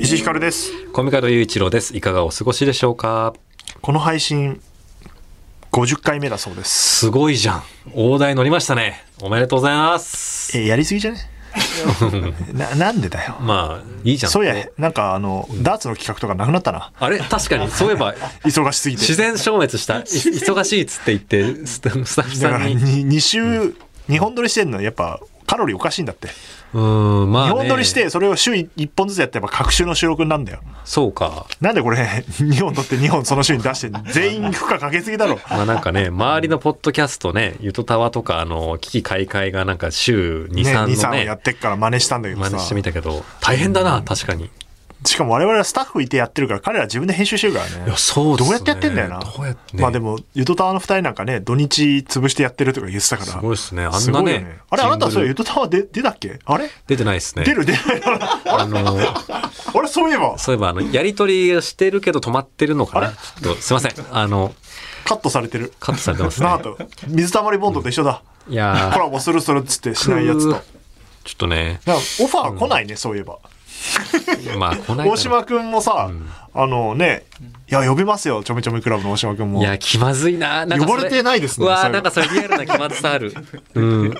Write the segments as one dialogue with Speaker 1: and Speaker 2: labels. Speaker 1: 石井ひかるです
Speaker 2: コミカド雄一郎です。いかがお過ごしでしょうか
Speaker 1: この配信50回目だそうです
Speaker 2: すごいじゃん。大台乗りましたね。おめでとうございます。
Speaker 1: えやりすぎじゃねななんでだよ
Speaker 2: まあ、いいじゃん。
Speaker 1: そういやなんかあの、ダーツの企画とかなくなったな
Speaker 2: あれ確かに、そういえば、
Speaker 1: 忙しすぎて
Speaker 2: 自然消滅した。い忙しいっつって言って、スタスタッ
Speaker 1: だ
Speaker 2: フ
Speaker 1: か
Speaker 2: さ
Speaker 1: ら
Speaker 2: んに。
Speaker 1: に2週、2本撮りしてんのやっぱカロリーおかしいんだって、
Speaker 2: うーん、まあ、
Speaker 1: 二
Speaker 2: ね。
Speaker 1: 2本撮りして。それを週1本ずつやってやっぱ各週の収録になるんだよ
Speaker 2: そうか。
Speaker 1: なんでこれ2 本撮って2本その週に出して全員負荷かけすぎだろ
Speaker 2: まあなんかね、周りのポッドキャストね、ゆとたわとか、あの、危機開会がなんか週2、
Speaker 1: ね、
Speaker 2: 3
Speaker 1: 23
Speaker 2: の
Speaker 1: を
Speaker 2: ね、
Speaker 1: やってっから真似したんだけど
Speaker 2: 真
Speaker 1: さ
Speaker 2: 似してみたけど、大変だな、確かに。い
Speaker 1: しかも我々はスタッフいてやってるから彼ら自分で編集してるからね
Speaker 2: や、そうです
Speaker 1: どうや
Speaker 2: ね。
Speaker 1: ってやってんだよな
Speaker 2: どうやって、ね、
Speaker 1: まあでもゆとたわの2人なんかね土日潰してやってるとか言ってたから
Speaker 2: すごいですね。あん
Speaker 1: すご
Speaker 2: な
Speaker 1: い
Speaker 2: ね
Speaker 1: よあれあなたそれゆ
Speaker 2: ジング
Speaker 1: と
Speaker 2: ル
Speaker 1: たわで出たっけあれ
Speaker 2: 出てないですね。
Speaker 1: 出る出 ない
Speaker 2: あの、
Speaker 1: あれそういえば
Speaker 2: そういえば、あの、やりとりをしてるけど止まってるのかなちょっと、すいません。あの、
Speaker 1: カットされてる
Speaker 2: カットされてま すね
Speaker 1: な。あと水たまりボンドと一緒だ、
Speaker 2: いや
Speaker 1: コ
Speaker 2: ー
Speaker 1: ラボするするっつってしないやつと
Speaker 2: くーちょっとね、
Speaker 1: なんかオファー来ないね、そういえば
Speaker 2: まあ、こない
Speaker 1: 大島君もさ、あのねいや呼びますよちょめちょめクラブの大島君も
Speaker 2: いや、気まずいな。なんかそ
Speaker 1: 呼ばれてないですね
Speaker 2: うわ
Speaker 1: そ
Speaker 2: ー
Speaker 1: れ
Speaker 2: なんかそれリアルな気まずさある。うん。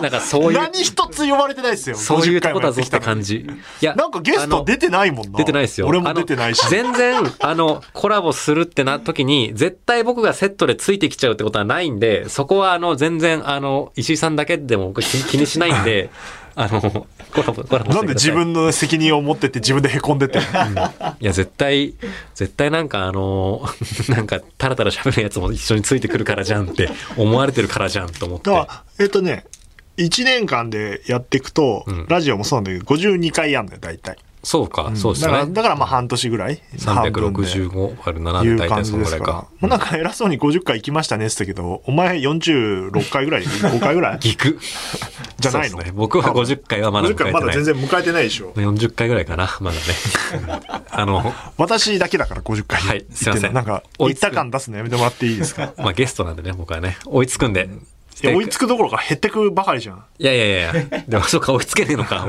Speaker 2: なんかそういう
Speaker 1: 何、一つ呼ばれてないですよ
Speaker 2: そういう
Speaker 1: 50
Speaker 2: と
Speaker 1: 回
Speaker 2: こ
Speaker 1: もや
Speaker 2: だ
Speaker 1: って
Speaker 2: ぞっ
Speaker 1: きた
Speaker 2: て
Speaker 1: のに
Speaker 2: 感じ。いや、
Speaker 1: なんかゲスト出てないもんな
Speaker 2: 出てないですよ。
Speaker 1: 俺も出てないし
Speaker 2: あの全然、あの、コラボするってな時に、絶対僕がセットでついてきちゃうってことはないんで、そこはあの、全然、あの、石井さんだけでも僕気気にしない んで、あの、コラボ、コラボしてください
Speaker 1: なんで自分の責任を持ってって自分でへこんでて、
Speaker 2: いや、絶対、絶対なんかあの、 なんか、たらたら喋るやつも一緒についてくるからじゃんって、思われてるからじゃんと思って
Speaker 1: だ。からえっとね1年間でやっていくと、
Speaker 2: ん
Speaker 1: ラジオもそうなんだけど52回やんだよ大体
Speaker 2: そうか、そうです
Speaker 1: だから
Speaker 2: よね。
Speaker 1: だからまあ半年ぐらい半分で
Speaker 2: 365割る7
Speaker 1: い
Speaker 2: で
Speaker 1: う
Speaker 2: 大
Speaker 1: 感
Speaker 2: 体そ
Speaker 1: じ
Speaker 2: の
Speaker 1: で
Speaker 2: ぐら
Speaker 1: すか
Speaker 2: い
Speaker 1: ら
Speaker 2: か
Speaker 1: も。うなんか偉そうに50回行きましたねって言ってたけどお前46回ぐらい5回ぐらい
Speaker 2: ギク。
Speaker 1: じゃない
Speaker 2: そ
Speaker 1: の、
Speaker 2: うですね僕は50回はまだ迎え
Speaker 1: 50
Speaker 2: てな
Speaker 1: 回
Speaker 2: い。
Speaker 1: まだ全然迎えてないでしょ
Speaker 2: 40回ぐらいかな、まだね。 あの、
Speaker 1: 私だけだから50回
Speaker 2: は
Speaker 1: 行っ
Speaker 2: い
Speaker 1: ての
Speaker 2: すいません
Speaker 1: なんか
Speaker 2: 追
Speaker 1: 行
Speaker 2: い
Speaker 1: っ
Speaker 2: つく
Speaker 1: た感出すのやめてもらっていいです か
Speaker 2: まあゲストなんでね、僕はね、追いつくんで。
Speaker 1: いや追いつくどころか減ってくばかりじゃんだか
Speaker 2: いやいやい や、でもそうか、追いつけねえのか。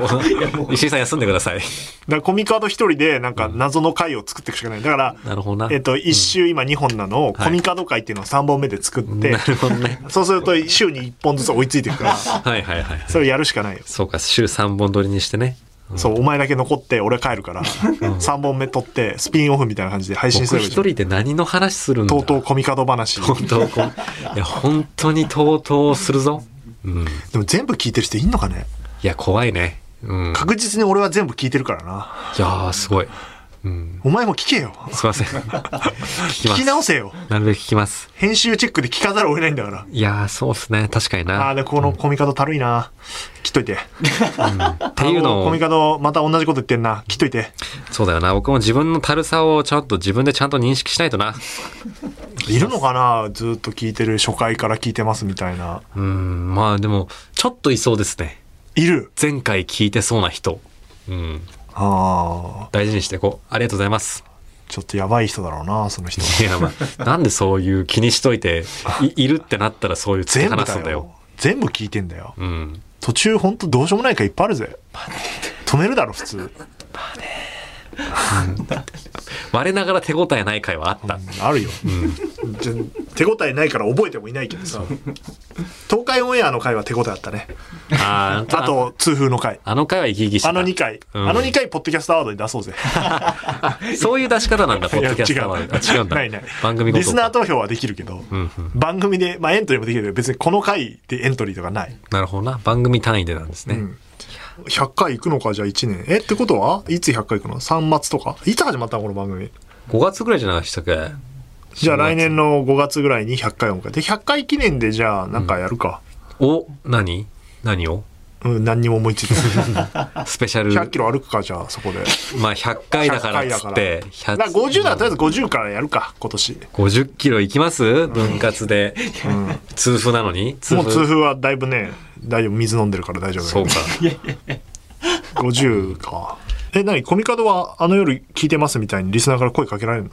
Speaker 2: 石井さん休んでください。
Speaker 1: らコミカード一人でなんか謎の回を作っていくしかないだから
Speaker 2: なるほどな。
Speaker 1: えっと、一周今2本なのを、
Speaker 2: はい
Speaker 1: コミカド会っていうのを3本目で作って
Speaker 2: な、るほどね。
Speaker 1: そうすると週に1本ずつ追いついていく から、
Speaker 2: はいはいはい。
Speaker 1: それをやるしかないよ。
Speaker 2: そうか、週3本撮りにしてね。
Speaker 1: そう、お前だけ残って、俺帰るから、3本目撮って、スピンオフみたいな感じで配信す
Speaker 2: 僕
Speaker 1: ればいい
Speaker 2: 一
Speaker 1: じゃん
Speaker 2: 人で何の話するんだ
Speaker 1: とうとうコミカド話。
Speaker 2: とうとうこういや、本当にとうとうするぞ。うん。い
Speaker 1: でも全部聞いてる人いんのかね
Speaker 2: や、怖いね。うん。い
Speaker 1: 確実に俺は全部聞いてるからな。
Speaker 2: やー、すごい。うん。
Speaker 1: お前も聞けよ。
Speaker 2: すいません。聞きま
Speaker 1: 聞き
Speaker 2: す。
Speaker 1: 直せよ。
Speaker 2: なるべく聞きます。
Speaker 1: 編集チェックで聞かざるを得ないんだから。
Speaker 2: いやー、そうっすね。確かに
Speaker 1: ああ、
Speaker 2: な。
Speaker 1: で、このコミカドたるいな。切っといて。
Speaker 2: っていうの
Speaker 1: コ
Speaker 2: を
Speaker 1: ミ、カドまた同じこと言ってんな。切っといて。
Speaker 2: そうだよな。僕も自分のたるさをちゃんと自分でちゃんと認識しないとな。
Speaker 1: いるのかなずーっと聞いてる、初回から聞いてますみたいな。
Speaker 2: うん。まあでも、ちょっといそうですね。
Speaker 1: いる。
Speaker 2: 前回聞いてそうな人。うん。
Speaker 1: ああ、
Speaker 2: 大事にしていこう。ありがとうございます。
Speaker 1: ちょっとやばい人だろうな、その人。
Speaker 2: いや、まあ、なんでそういう気にしといて、いいるってなったらそういうつって
Speaker 1: 全部
Speaker 2: 話すん
Speaker 1: だ
Speaker 2: だよ
Speaker 1: よ。。全部聞いてんだよ。
Speaker 2: うん。
Speaker 1: 途中ほんとどうしようもないからいっぱいあるぜ。止めるだろ、普通。
Speaker 2: 我ながら手応えない回はあった。
Speaker 1: あるよ。じゃ手応えないから覚えてもいないけどさ。東海オンエアの回は手応えあったね。
Speaker 2: あー
Speaker 1: あ、と、痛風の回。
Speaker 2: あの回は生き生きしてた。
Speaker 1: あの2回。
Speaker 2: うん
Speaker 1: あの2回、ポッドキャストアワードに出そうぜ。
Speaker 2: そういう出し方なんだ、ポ
Speaker 1: い
Speaker 2: ッ
Speaker 1: や
Speaker 2: ドキャストは。
Speaker 1: 違う。
Speaker 2: あ違うんだ。
Speaker 1: ないない。
Speaker 2: 番組ごと
Speaker 1: リスナー投票はできるけど、番組で、まあエントリーもできるけど、別にこの回でエントリーとかない。
Speaker 2: なるほどな。番組単位でなんですね。
Speaker 1: ん100回行くのか、じゃあ1年。え、ってことはいつ100回行くの ?3 月とかいつ始まったのこの番組。
Speaker 2: 5月ぐらいじゃないでしたっけ
Speaker 1: じゃあ来年の5月ぐらいに100回を迎えて、100回記念でじゃあなんかやるか。
Speaker 2: お、何何を
Speaker 1: うん、何にも思いついて ない。
Speaker 2: スペシャル、
Speaker 1: 100キロ歩くか、じゃあそこで。
Speaker 2: まあ100回だからっつって、
Speaker 1: だから50ならとりあえ
Speaker 2: ず。
Speaker 1: ず50からやるか、今年。
Speaker 2: 50キロいきます分割で。痛風なのに痛
Speaker 1: もう痛風はだいぶね、大丈夫。水飲んでるから大丈夫だ
Speaker 2: そう
Speaker 1: よ
Speaker 2: か。
Speaker 1: 50か。え、何コミカドはあの夜聞いてますみたいにリスナーから声かけられるの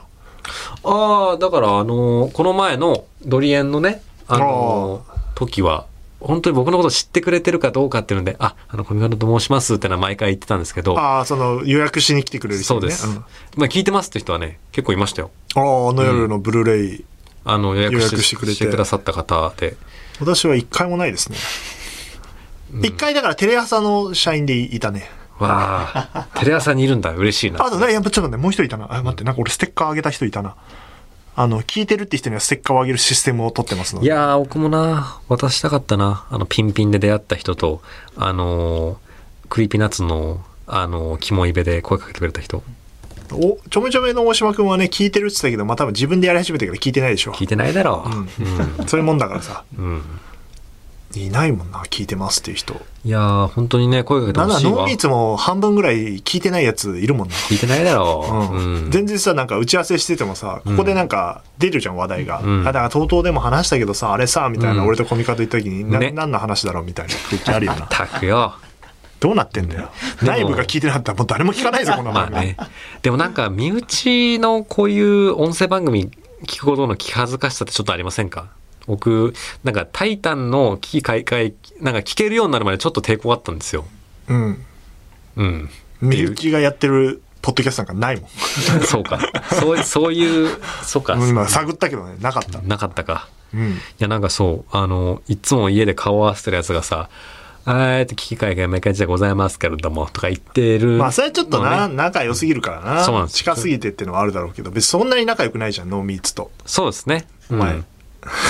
Speaker 2: ああ、だからあのーこの前のドリエンのね、あのー時は、本当に僕のこと知ってくれてるかどうかっていうので、あ、あの、小見方と申しますってのは毎回言ってたんですけど、
Speaker 1: ああ、その予約しに来てくれる
Speaker 2: そ
Speaker 1: 人
Speaker 2: う
Speaker 1: ね。
Speaker 2: です。
Speaker 1: んあ
Speaker 2: まあ、聞いてますって人はね、結構いましたよ。
Speaker 1: あ、あの夜のブルーレイ、
Speaker 2: あの、予約し
Speaker 1: 予約してくれて
Speaker 2: してくださった方で。
Speaker 1: 私は一回もないですね。一、回だからテレ朝の社員でいたね。
Speaker 2: わあ、 テレ朝にいるんだ、嬉しいな。
Speaker 1: あとね、やっぱちょっとね、もう一人いたな。あ、待って、なんか俺ステッカーあげた人いたな。あの、聞いてるって人にはステッカーをあげるシステムを取ってますの
Speaker 2: い
Speaker 1: で。
Speaker 2: やー、僕もな、渡したかったな。あの、ピンピンで出会った人と、あのークリーピーナッツの、あのーキモイベで声かけてくれた人。
Speaker 1: お、ちょめちょめの大島くんはね、聞いてるって言ってたけど、まあ多分自分でやり始めてから聞いてないでしょ
Speaker 2: 聞。いてないだろう。
Speaker 1: そういうもんだからさ。
Speaker 2: うん。うん。
Speaker 1: いないもんな、聞いてますっていう人。
Speaker 2: いやー、本当にね、声かけて
Speaker 1: なん
Speaker 2: ほ
Speaker 1: なら
Speaker 2: しい
Speaker 1: ノー
Speaker 2: わ
Speaker 1: ミー。ツも半分ぐらい聞いてないやついるもんな。
Speaker 2: 聞いてないだろう。
Speaker 1: う
Speaker 2: うん
Speaker 1: ん全然さなんか打ち合わせしててもさここでなんか出るじゃん話題が、
Speaker 2: うん
Speaker 1: あだから TOTO でも話したけどさあれさみたいな、
Speaker 2: うん
Speaker 1: 俺とコミカド行った時に、な
Speaker 2: ね
Speaker 1: 何の話だろうみたいな空気ある よな
Speaker 2: たくよ。
Speaker 1: どうなってんだよ内部が聞いてなかったらもう誰も聞かないぞこの
Speaker 2: ま
Speaker 1: 番
Speaker 2: あ
Speaker 1: 組、
Speaker 2: ね。でもなんか、身内のこういう音声番組聞くことの気恥ずかしさってちょっとありませんか僕、なんか、タイタンの機械会、なんか聞けるようになるまでちょっと抵抗があったんですよ。
Speaker 1: うん
Speaker 2: うん。
Speaker 1: みゆきがやってるポッドキャストなんかないもん
Speaker 2: そうか。そうい、そういう、そうか。
Speaker 1: 今探ったけどねなかった、
Speaker 2: なかったか。
Speaker 1: うん、
Speaker 2: いや、なんかそう、あの、いつも家で顔を合わせてるやつがさ、えーって聞き会がめかじでございますけれども、とか言ってる。
Speaker 1: まあそれはちょっとな、
Speaker 2: のね
Speaker 1: 仲良すぎるからな
Speaker 2: そうなんです
Speaker 1: 近すぎてってのはあるだろうけど別にそんなに仲良くないじゃんノーミーツと
Speaker 2: そうですね。お
Speaker 1: 前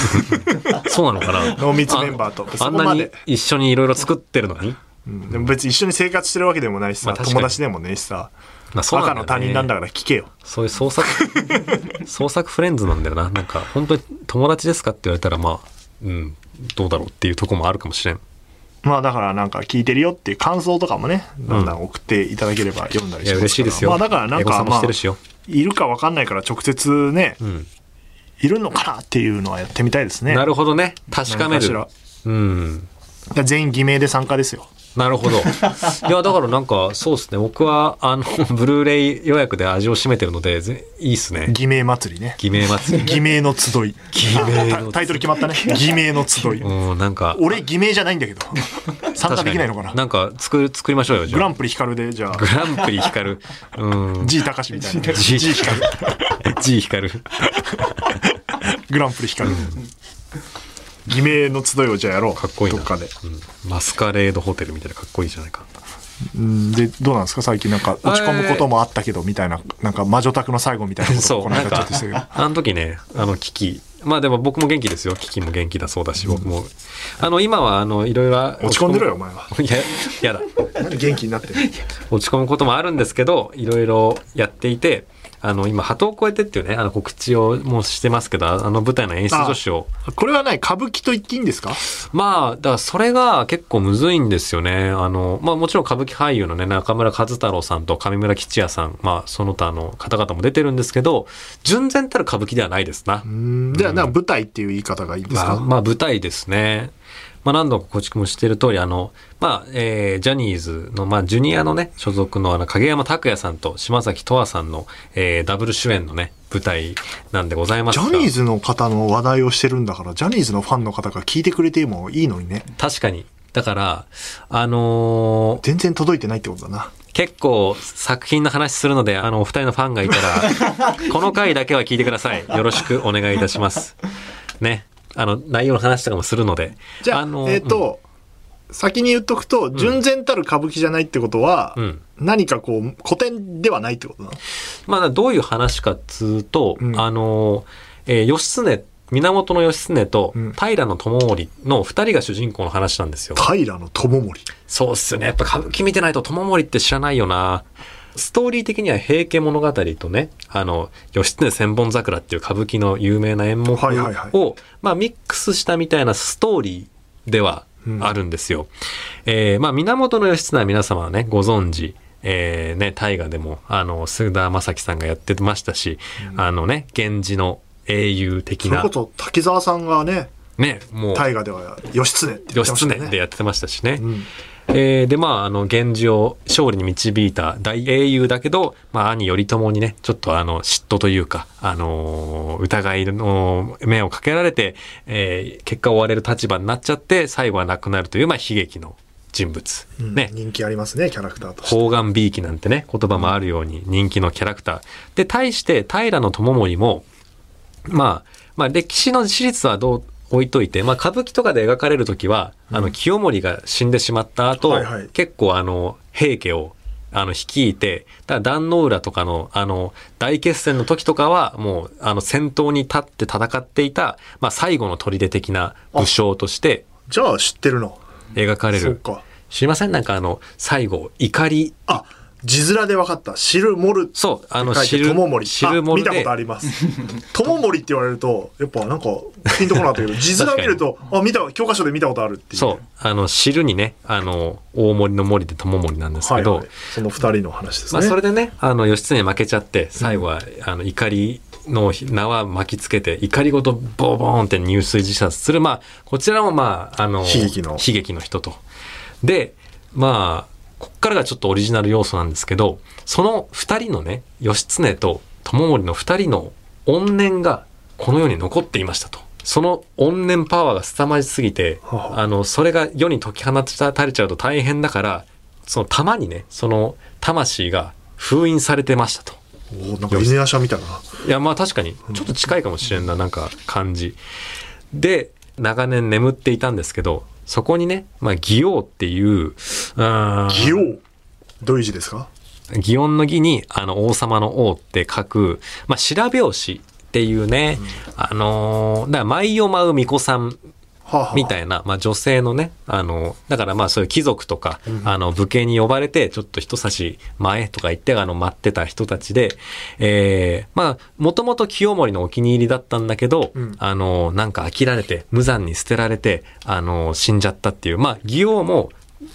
Speaker 2: そうなのかな。
Speaker 1: 濃密メンバーと
Speaker 2: あ
Speaker 1: そ
Speaker 2: あ
Speaker 1: こ
Speaker 2: ん
Speaker 1: ま
Speaker 2: な
Speaker 1: で
Speaker 2: に一緒にいろいろ作ってるのに。
Speaker 1: うんでも別に一緒に生活してるわけでもないしさ、
Speaker 2: まあ確かに
Speaker 1: 友達でもねえしさ
Speaker 2: まあそうなんだ
Speaker 1: 赤
Speaker 2: よ
Speaker 1: の
Speaker 2: ね
Speaker 1: 他人なんだから聞けよ。
Speaker 2: そういう 創作、創作フレンズなんだよな。なんか、本当に友達ですかって言われたら、まあ、うん、どうだろうっていうとこもあるかもしれん。
Speaker 1: まあだからなんか聞いてるよっていう感想とかもね、だんだん送っていただければ読んだり
Speaker 2: い
Speaker 1: しますか
Speaker 2: や、
Speaker 1: ら
Speaker 2: 嬉しいですよ。
Speaker 1: まあだからなん
Speaker 2: エゴサ
Speaker 1: か
Speaker 2: も
Speaker 1: ま
Speaker 2: し
Speaker 1: あ
Speaker 2: てるしよ。
Speaker 1: いるかわかんないから直接ね、
Speaker 2: ん
Speaker 1: いるのかなっていうのはやってみたいですね。
Speaker 2: なるほどね。確かめ
Speaker 1: 何し
Speaker 2: る
Speaker 1: ら。
Speaker 2: うん。
Speaker 1: いや全員偽名で参加ですよ。
Speaker 2: なるほ ど。いや、だからなんか、そうですね。僕は、あの、 ブルーレイ予約で味を占めてるので、ぜいいっすね。
Speaker 1: 偽名祭りね。
Speaker 2: 偽名祭り。
Speaker 1: 偽名の集い。偽
Speaker 2: 名の集い
Speaker 1: タイトル決まった ね。偽名の集い。
Speaker 2: うん、なんか、
Speaker 1: 俺偽名じゃないんだけど。参加できないのかな。
Speaker 2: なんか、作、作りましょうよ、じ
Speaker 1: グ
Speaker 2: ゃ
Speaker 1: ラ
Speaker 2: あ。
Speaker 1: ンプリ光でじゃあ
Speaker 2: グ、ランプリ光る。 うん。
Speaker 1: G 高しみたいな。
Speaker 2: G 光 る。G 光る。
Speaker 1: グランプリ光る。偽名の集いをじゃあやろう。
Speaker 2: かっこいいな
Speaker 1: どっかで。
Speaker 2: うんマスカレードホテルみたいなかっこいいじゃないか。
Speaker 1: うんで、どうなんですか最近なんか落ち込むこともあったけど、みたいな、なんか魔女宅の最後みたいなこと
Speaker 2: そ
Speaker 1: をこ
Speaker 2: う、
Speaker 1: の
Speaker 2: なん
Speaker 1: 間ちょ
Speaker 2: か
Speaker 1: っとしてるけど。、
Speaker 2: あの時ね、あの、キキ。まあでも僕も元気ですよ。キキも元気だそうだし、僕も。あの、今は、あの、いろいろ。
Speaker 1: 落ち込んでろよ、お。前は。
Speaker 2: いや、やだ。
Speaker 1: 何元気になってる
Speaker 2: 落ち込むこともあるんですけど、いろいろやっていて、あの、今、鳩を越えてっていうね、あの、告知をもうしてますけど、あの舞台の演出助手を。
Speaker 1: これはね、歌舞伎と言っていいんですか
Speaker 2: まあ、だからそれが結構むずいんですよね。あの、まあもちろん歌舞伎俳優のね、中村和太郎さんと上村吉也さん、まあその他の方々も出てるんですけど、純然たる歌舞伎ではないですな。
Speaker 1: うん。じゃあ、なんか舞台っていう言い方がいいんです
Speaker 2: まあ、
Speaker 1: か
Speaker 2: まあ舞台ですね。まあ何度か告知もしている通り、あの、まあ、えージャニーズの、まあ、ジュニアのね、所属のあの、影山拓也さんと島崎とわさんの、えーダブル主演のね、舞台なんでございます
Speaker 1: ジ
Speaker 2: が。
Speaker 1: ャニーズの方の話題をしてるんだから、ジャニーズのファンの方が聞いてくれてもいいのにね。
Speaker 2: 確かに。だから、あのー
Speaker 1: 全然届いてないってことだな。
Speaker 2: 結構作品の話するので、あの、お二人のファンがいた ら、この回だけは聞いてください。よろしくお願いいたします。ね。あの、内容の話とかもするので。
Speaker 1: じゃあ、
Speaker 2: の
Speaker 1: えっ、、と、先に言っとくと、純然たる歌舞伎じゃないってことは、
Speaker 2: うんうん
Speaker 1: 何かこう、古典ではないってことなの
Speaker 2: まあ、どういう話かっつうと、
Speaker 1: うん
Speaker 2: あの、えー義経、源義経と
Speaker 1: うん
Speaker 2: 平野智盛の二人が主人公の話なんですよ。
Speaker 1: 平の友盛。
Speaker 2: そうっすよね。やっぱ歌舞伎見てないと智盛って知らないよな。ストーリー的には平家物語とね、あの、義経千本桜っていう歌舞伎の有名な演目を、
Speaker 1: はいはいはい
Speaker 2: まあミックスしたみたいなストーリーではあるんですよ。えーまあ源義経は皆様はね、ご存知。えーね、大河でも、あの、菅田将暉さんがやってましたし、あのね、源氏の英雄的
Speaker 1: それ
Speaker 2: な
Speaker 1: こ、そ滝沢さんがね、
Speaker 2: ね、もう、
Speaker 1: 大河では義経って言ってま
Speaker 2: 義
Speaker 1: した
Speaker 2: 経
Speaker 1: よね。
Speaker 2: でやってましたしね。
Speaker 1: うん
Speaker 2: えーでまああの源氏を勝利に導いた大英雄だけど、まあ、兄頼朝にねちょっとあの嫉妬というか、あのー疑いの目をかけられて、えー結果追われる立場になっちゃって最後は亡くなるという、まあ、悲劇の人物、
Speaker 1: うん
Speaker 2: ね
Speaker 1: 人気ありますねキャラクターとして
Speaker 2: 方眼美意気なんてね言葉もあるように人気のキャラクターで対して平野智盛もまあまあ歴史の史実はどう置いといて、まあ、歌舞伎とかで描かれる時は、あの清盛が死んでしまった後、
Speaker 1: はいはい
Speaker 2: 結構あの平家をあの率いてだから壇ノ浦とかのあの大決戦の時とかはもうあの先頭に立って戦っていた、まあ、最後の砦的な武将として
Speaker 1: じゃあ知ってるの
Speaker 2: 描かれ
Speaker 1: そう
Speaker 2: る
Speaker 1: か
Speaker 2: 知りませんなんかあの最後怒り
Speaker 1: あ字面で分かった汁盛る
Speaker 2: そう、あの、
Speaker 1: 書いて
Speaker 2: 汁、
Speaker 1: とももり
Speaker 2: 汁も
Speaker 1: 見
Speaker 2: り
Speaker 1: た
Speaker 2: で
Speaker 1: ことあります とももりって言われるとやっぱなんかピンとこなかったけ ど字面見るとあ見た教科書で見たことあるっていう
Speaker 2: そう、あの、汁にね、あの、大盛りの盛りでとももりなんです
Speaker 1: は
Speaker 2: け
Speaker 1: い
Speaker 2: ど、
Speaker 1: はい、その二人の話です
Speaker 2: ま
Speaker 1: ね、
Speaker 2: あ、それでね、あの、義経に負けちゃって、最後は、あの、怒りの縄巻きつけて、怒りごとボーボーンって入水自殺する、まあ、こちらもまあ、あの、
Speaker 1: 悲劇の
Speaker 2: 悲劇の人と。で、まあ、こっからがちょっとオリジナル要素なんですけど、その二人のね、義経と友盛の二人の怨念がこの世に残っていましたと。その怨念パワーが凄まじすぎて、
Speaker 1: はは
Speaker 2: あの、それが世に解き放たれちゃうと大変だから、その玉にね、その魂が封印されてましたと。
Speaker 1: おーなんか犬夜叉みたいない
Speaker 2: や、まあ確かに、ちょっと近いかもしれんな、なんか感じ。で、長年眠っていたんですけど、そこにね、まあ、義王っていう、
Speaker 1: 義
Speaker 2: 義
Speaker 1: 王どういう字ですか
Speaker 2: 祇園の義に、あの、王様の王って書く、まあ、調べ押しっていうね、あのーだから舞を舞う巫女さん
Speaker 1: はあはあ
Speaker 2: みたいな、まあ、女性のね、あの、だからまあそういう貴族とか、あの、武家に呼ばれて、ちょっと人差し前とか言って、あの、待ってた人たちで、ええまあ、もともと清盛のお気に入りだったんだけど、
Speaker 1: うん
Speaker 2: あの、なんか飽きられて、無残に捨てられて、あの、死んじゃったっていう、まあ、義王も、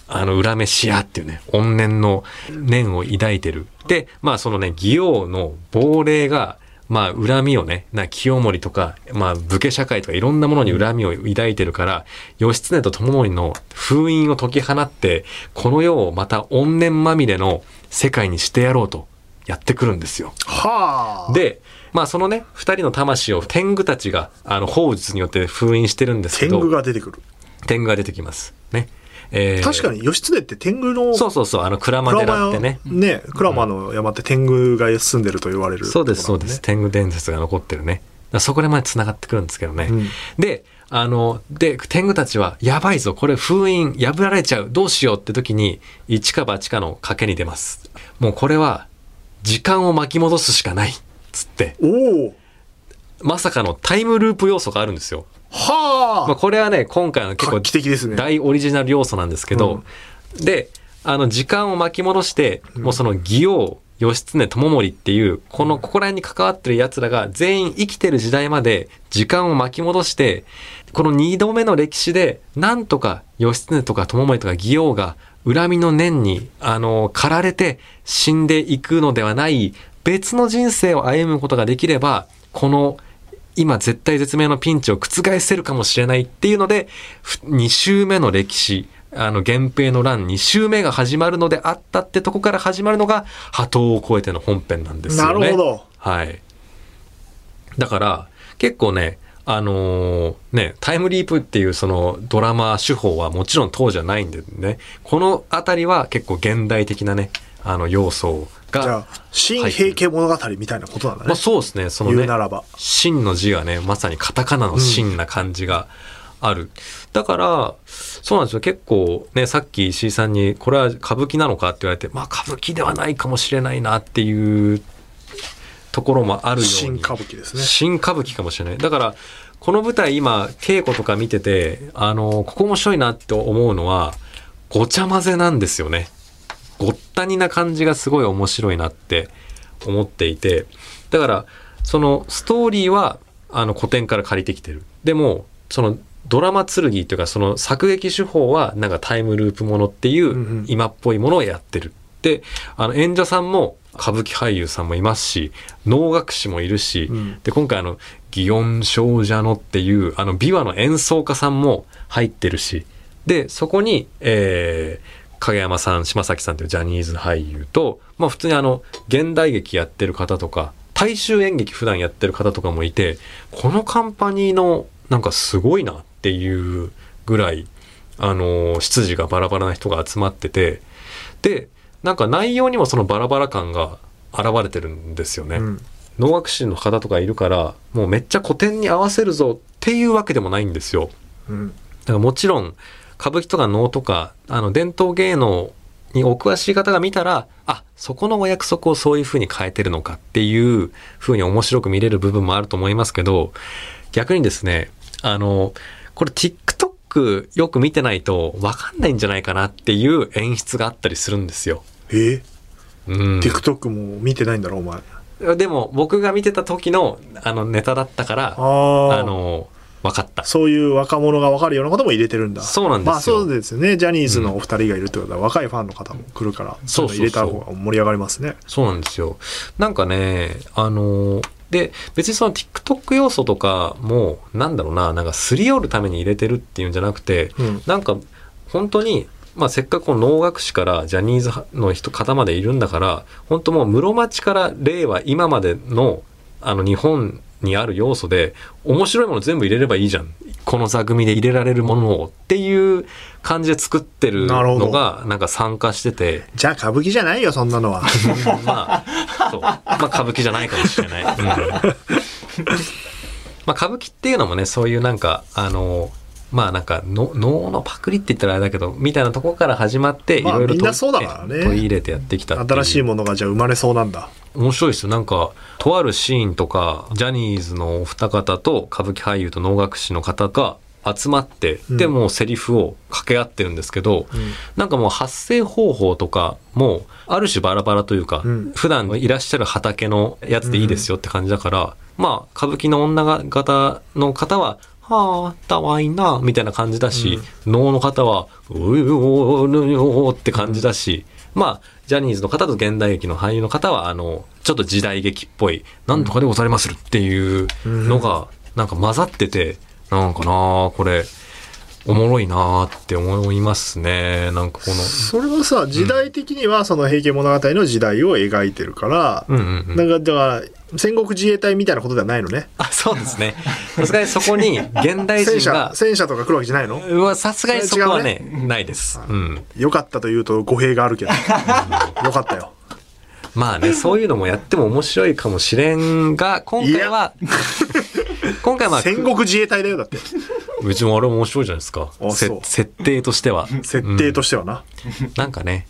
Speaker 2: あの、恨めしやっていうね、怨念の念を抱いてる。で、まあそのね、義王の亡霊が、まあ恨みをね、な清盛とか、まあ武家社会とかいろんなものに恨みを抱いてるから、義経と友盛の封印を解き放って、この世をまた怨念まみれの世界にしてやろうとやってくるんですよ。
Speaker 1: はあ
Speaker 2: で、まあそのね、二人の魂を天狗たちが、あの、法術によって封印してるんですけ
Speaker 1: 天
Speaker 2: ど、
Speaker 1: 狗が出てくる
Speaker 2: 天狗が出てきます。ね。えー
Speaker 1: 確かに義経って天狗の
Speaker 2: そうそうそう、あの、鞍馬
Speaker 1: 鞍馬
Speaker 2: 寺っ
Speaker 1: 山
Speaker 2: てね。
Speaker 1: ね鞍馬の山って天狗が住んでると言われる
Speaker 2: そうです、そ
Speaker 1: と
Speaker 2: う
Speaker 1: こ
Speaker 2: で
Speaker 1: ろなん
Speaker 2: す。天狗伝説が残ってるね。だからそこでまで繋がってくるんですけどね。
Speaker 1: うん
Speaker 2: で、あの、で、天狗たちは、やばいぞ、これ封印破られちゃう、どうしようって時に、一か八かの賭けに出ます。もうこれは、時間を巻き戻すしかない。つって、
Speaker 1: おお
Speaker 2: まさかのタイムループ要素があるんですよ。
Speaker 1: はあ、
Speaker 2: まあ、これはね、今回の結構
Speaker 1: 画期的ですね
Speaker 2: 大オリジナル要素なんですけど、で、あの、時間を巻き戻して、もうその、義王、義経、智盛っていう、この、ここら辺に関わってる奴らが全員生きてる時代まで時間を巻き戻して、この二度目の歴史で、なんとか義経とか智盛とか義王が、恨みの念に、あの、駆られて死んでいくのではない、別の人生を歩むことができれば、この今絶対絶命のピンチを覆せるかもしれないっていうので、2週目の歴史、あの、源平の乱2週目が始まるのであったってとこから始まるのが、波頭を越えての本編なんですよ
Speaker 1: な
Speaker 2: ね。
Speaker 1: るほど
Speaker 2: はい。だから、結構ね、あのーね、タイムリープっていうそのドラマ手法はもちろん当時はないんでね、このあたりは結構現代的なね、あの要素が、
Speaker 1: じゃあ新平家物語みたいなことなんだね、
Speaker 2: まあそうですね、その
Speaker 1: 言う
Speaker 2: ね、
Speaker 1: ならば
Speaker 2: 真の字がね、まさにカタカナの真な感じがある。だから、そうなんですよ。結構ね、さっき石井さんに、これは歌舞伎なのかって言われて、まあ歌舞伎ではないかもしれないなっていうところもあるように。
Speaker 1: 新歌舞伎ですね
Speaker 2: 新歌舞伎かもしれない。だから、この舞台今、稽古とか見てて、あの、ここ面白いなって思うのは、ごちゃ混ぜなんですよね。ごったにな感じがすごい面白いなって思っていて、だから、そのストーリーは、あの、古典から借りてきてる。でも、その、ドラマ剣というか、その作劇手法は、なんかタイムループものってい
Speaker 1: うんうん
Speaker 2: う、今っぽいものをやってる。で、あの、演者さんも、歌舞伎俳優さんもいますし、能楽師もいるし、
Speaker 1: うん
Speaker 2: で、今回あの、祇園少女のっていう、あの、琵琶の演奏家さんも入ってるし、で、そこに、えー影山さん島崎さんというジャニーズ俳優と、まあ、普通にあの現代劇やってる方とか大衆演劇普段やってる方とかもいてこのカンパニーのなんかすごいなっていうぐらいあの執事がバラバラな人が集まっててでなんか内容にもそのバラバラ感が現れてるんですよね。
Speaker 1: うん
Speaker 2: 能楽師の方とかいるからもうめっちゃ古典に合わせるぞっていうわけでもないんですよ。
Speaker 1: うん
Speaker 2: だからもちろん歌舞伎とか能とかあの伝統芸能にお詳しい方が見たらあそこのお約束をそういう風に変えてるのかっていう風に面白く見れる部分もあると思いますけど逆にですねあのこれ TikTok よく見てないとわかんないんじゃないかなっていう演出があったりするんですよ。
Speaker 1: え
Speaker 2: うん、
Speaker 1: TikTok も見てないんだろお前
Speaker 2: でも僕が見てた時のあのネタだったから
Speaker 1: あ
Speaker 2: あ
Speaker 1: ー
Speaker 2: の分かった
Speaker 1: そういう若者が分かるようなことも入れてるんだ
Speaker 2: そうなんですよ
Speaker 1: まあそうですよねジャニーズのお二人がいるってことは、若いファンの方も来るから
Speaker 2: そ
Speaker 1: そうう
Speaker 2: そうそう
Speaker 1: いうの入れた方が盛り上がりますね
Speaker 2: そうなんですよ。なんかね、あの、で、別にその TikTok 要素とかも、なんだろうな、なんかすり寄るために入れてるっていうんじゃなくて、
Speaker 1: うん
Speaker 2: なんか本当に、まあ、せっかくこの能楽師からジャニーズの人方までいるんだから本当もう室町から令和今までのあの日本にある要素で面白いもの全部入れればいいじゃんこの座組で入れられるものをっていう感じで作ってる
Speaker 1: なるほ
Speaker 2: の
Speaker 1: ど
Speaker 2: がなんか参加してて
Speaker 1: じゃあ歌舞伎じゃないよそんな のは
Speaker 2: まあ、そう。まあ、歌舞伎じゃないかもしれない。うんまあ、歌舞伎っていうのもね、そういうなんか、あの、まあなんかの能のパクリって言ったらあれだけどみたいなところから始まってい
Speaker 1: まあ
Speaker 2: ろいろ
Speaker 1: みんなそ
Speaker 2: と
Speaker 1: うだからね
Speaker 2: 取り入れてやってきたっていう
Speaker 1: 新しいものがじゃあ生まれそうなんだ
Speaker 2: 面白いですよなんかとあるシーンとかジャニーズのお二方と歌舞伎俳優と能楽師の方が集まって、
Speaker 1: うん
Speaker 2: でもうセリフを掛け合ってるんですけど、
Speaker 1: ん
Speaker 2: なんかもう発声方法とかもある種バラバラというか、
Speaker 1: うん
Speaker 2: 普段いらっしゃる畑のやつでいいですよって感じだから、まあ歌舞伎の女方の方は「はあたわいな」みたいな感じだし、能の方は「ううおうぬおう」って感じだし、まあジャニーズの方と現代劇の俳優の方はあのちょっと時代劇っぽい「なんとかでございまする」っていうのがなんか混ざっててなんかなあこれ。おもろいなーって思いますね。なんかこの。
Speaker 1: それはさ時代的にはその平家物語の時代を描いてるから、
Speaker 2: うんうんうん。
Speaker 1: なんかだから戦国自衛隊みたいなことではないのね
Speaker 2: あ、そうですね。さすがにそこに現代
Speaker 1: 戦
Speaker 2: 人が
Speaker 1: 車、戦車とか来るわけじゃないの
Speaker 2: うわ、さすがにそこはね、ないです。うん。
Speaker 1: よかったというと語弊があ るけどよかったよ
Speaker 2: まあね、そういうのもやっても面白いかもしれんが、今回は、今回はまあ、
Speaker 1: 戦国自衛隊だよだって
Speaker 2: うちもあれ面白いじゃないですか。
Speaker 1: あ
Speaker 2: せ
Speaker 1: そう
Speaker 2: 設定としては。
Speaker 1: 設定としてはな、
Speaker 2: なんかね、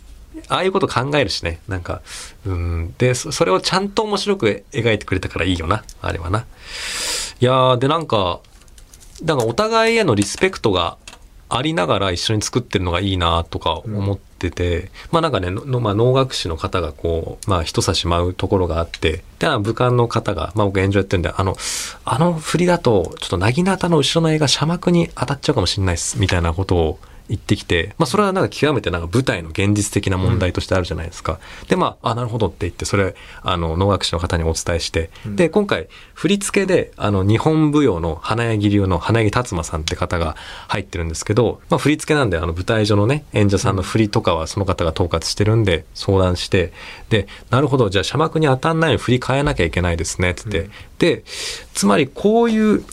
Speaker 2: ああいうこと考えるしね、なんか、うん、で、そそれをちゃんと面白く描いてくれたからいいよな、あれはな。いやー、で、なんか、なんかお互いへのリスペクトがありながら一緒に作ってるのがいいなとか思ってて、まあなんかね、ののまあ、能楽師の方がこう、まあ人差し舞うところがあって、で、あの武官の方が、まあ僕演者やってるんで、あの、あの振りだと、ちょっとなぎなたの後ろの絵が写幕に当たっちゃうかもしれないっす、みたいなことを言ってきて、まあそれはなんか極めてなんか舞台の現実的な問題としてあるじゃないですか。で、まあ、あ、なるほどって言って、それ、あの、能楽師の方にお伝えして、
Speaker 1: うん
Speaker 2: で、今回、振り付けで、あの、日本舞踊の花柳流の花柳達馬さんって方が入ってるんですけど、まあ、振り付けなんで、あの、舞台上のね、演者さんの振りとかはその方が統括してるんで、相談して、で、なるほど、じゃあ、写幕に当たんないように振り変えなきゃいけないですね、って言って、で、つまり、こういう、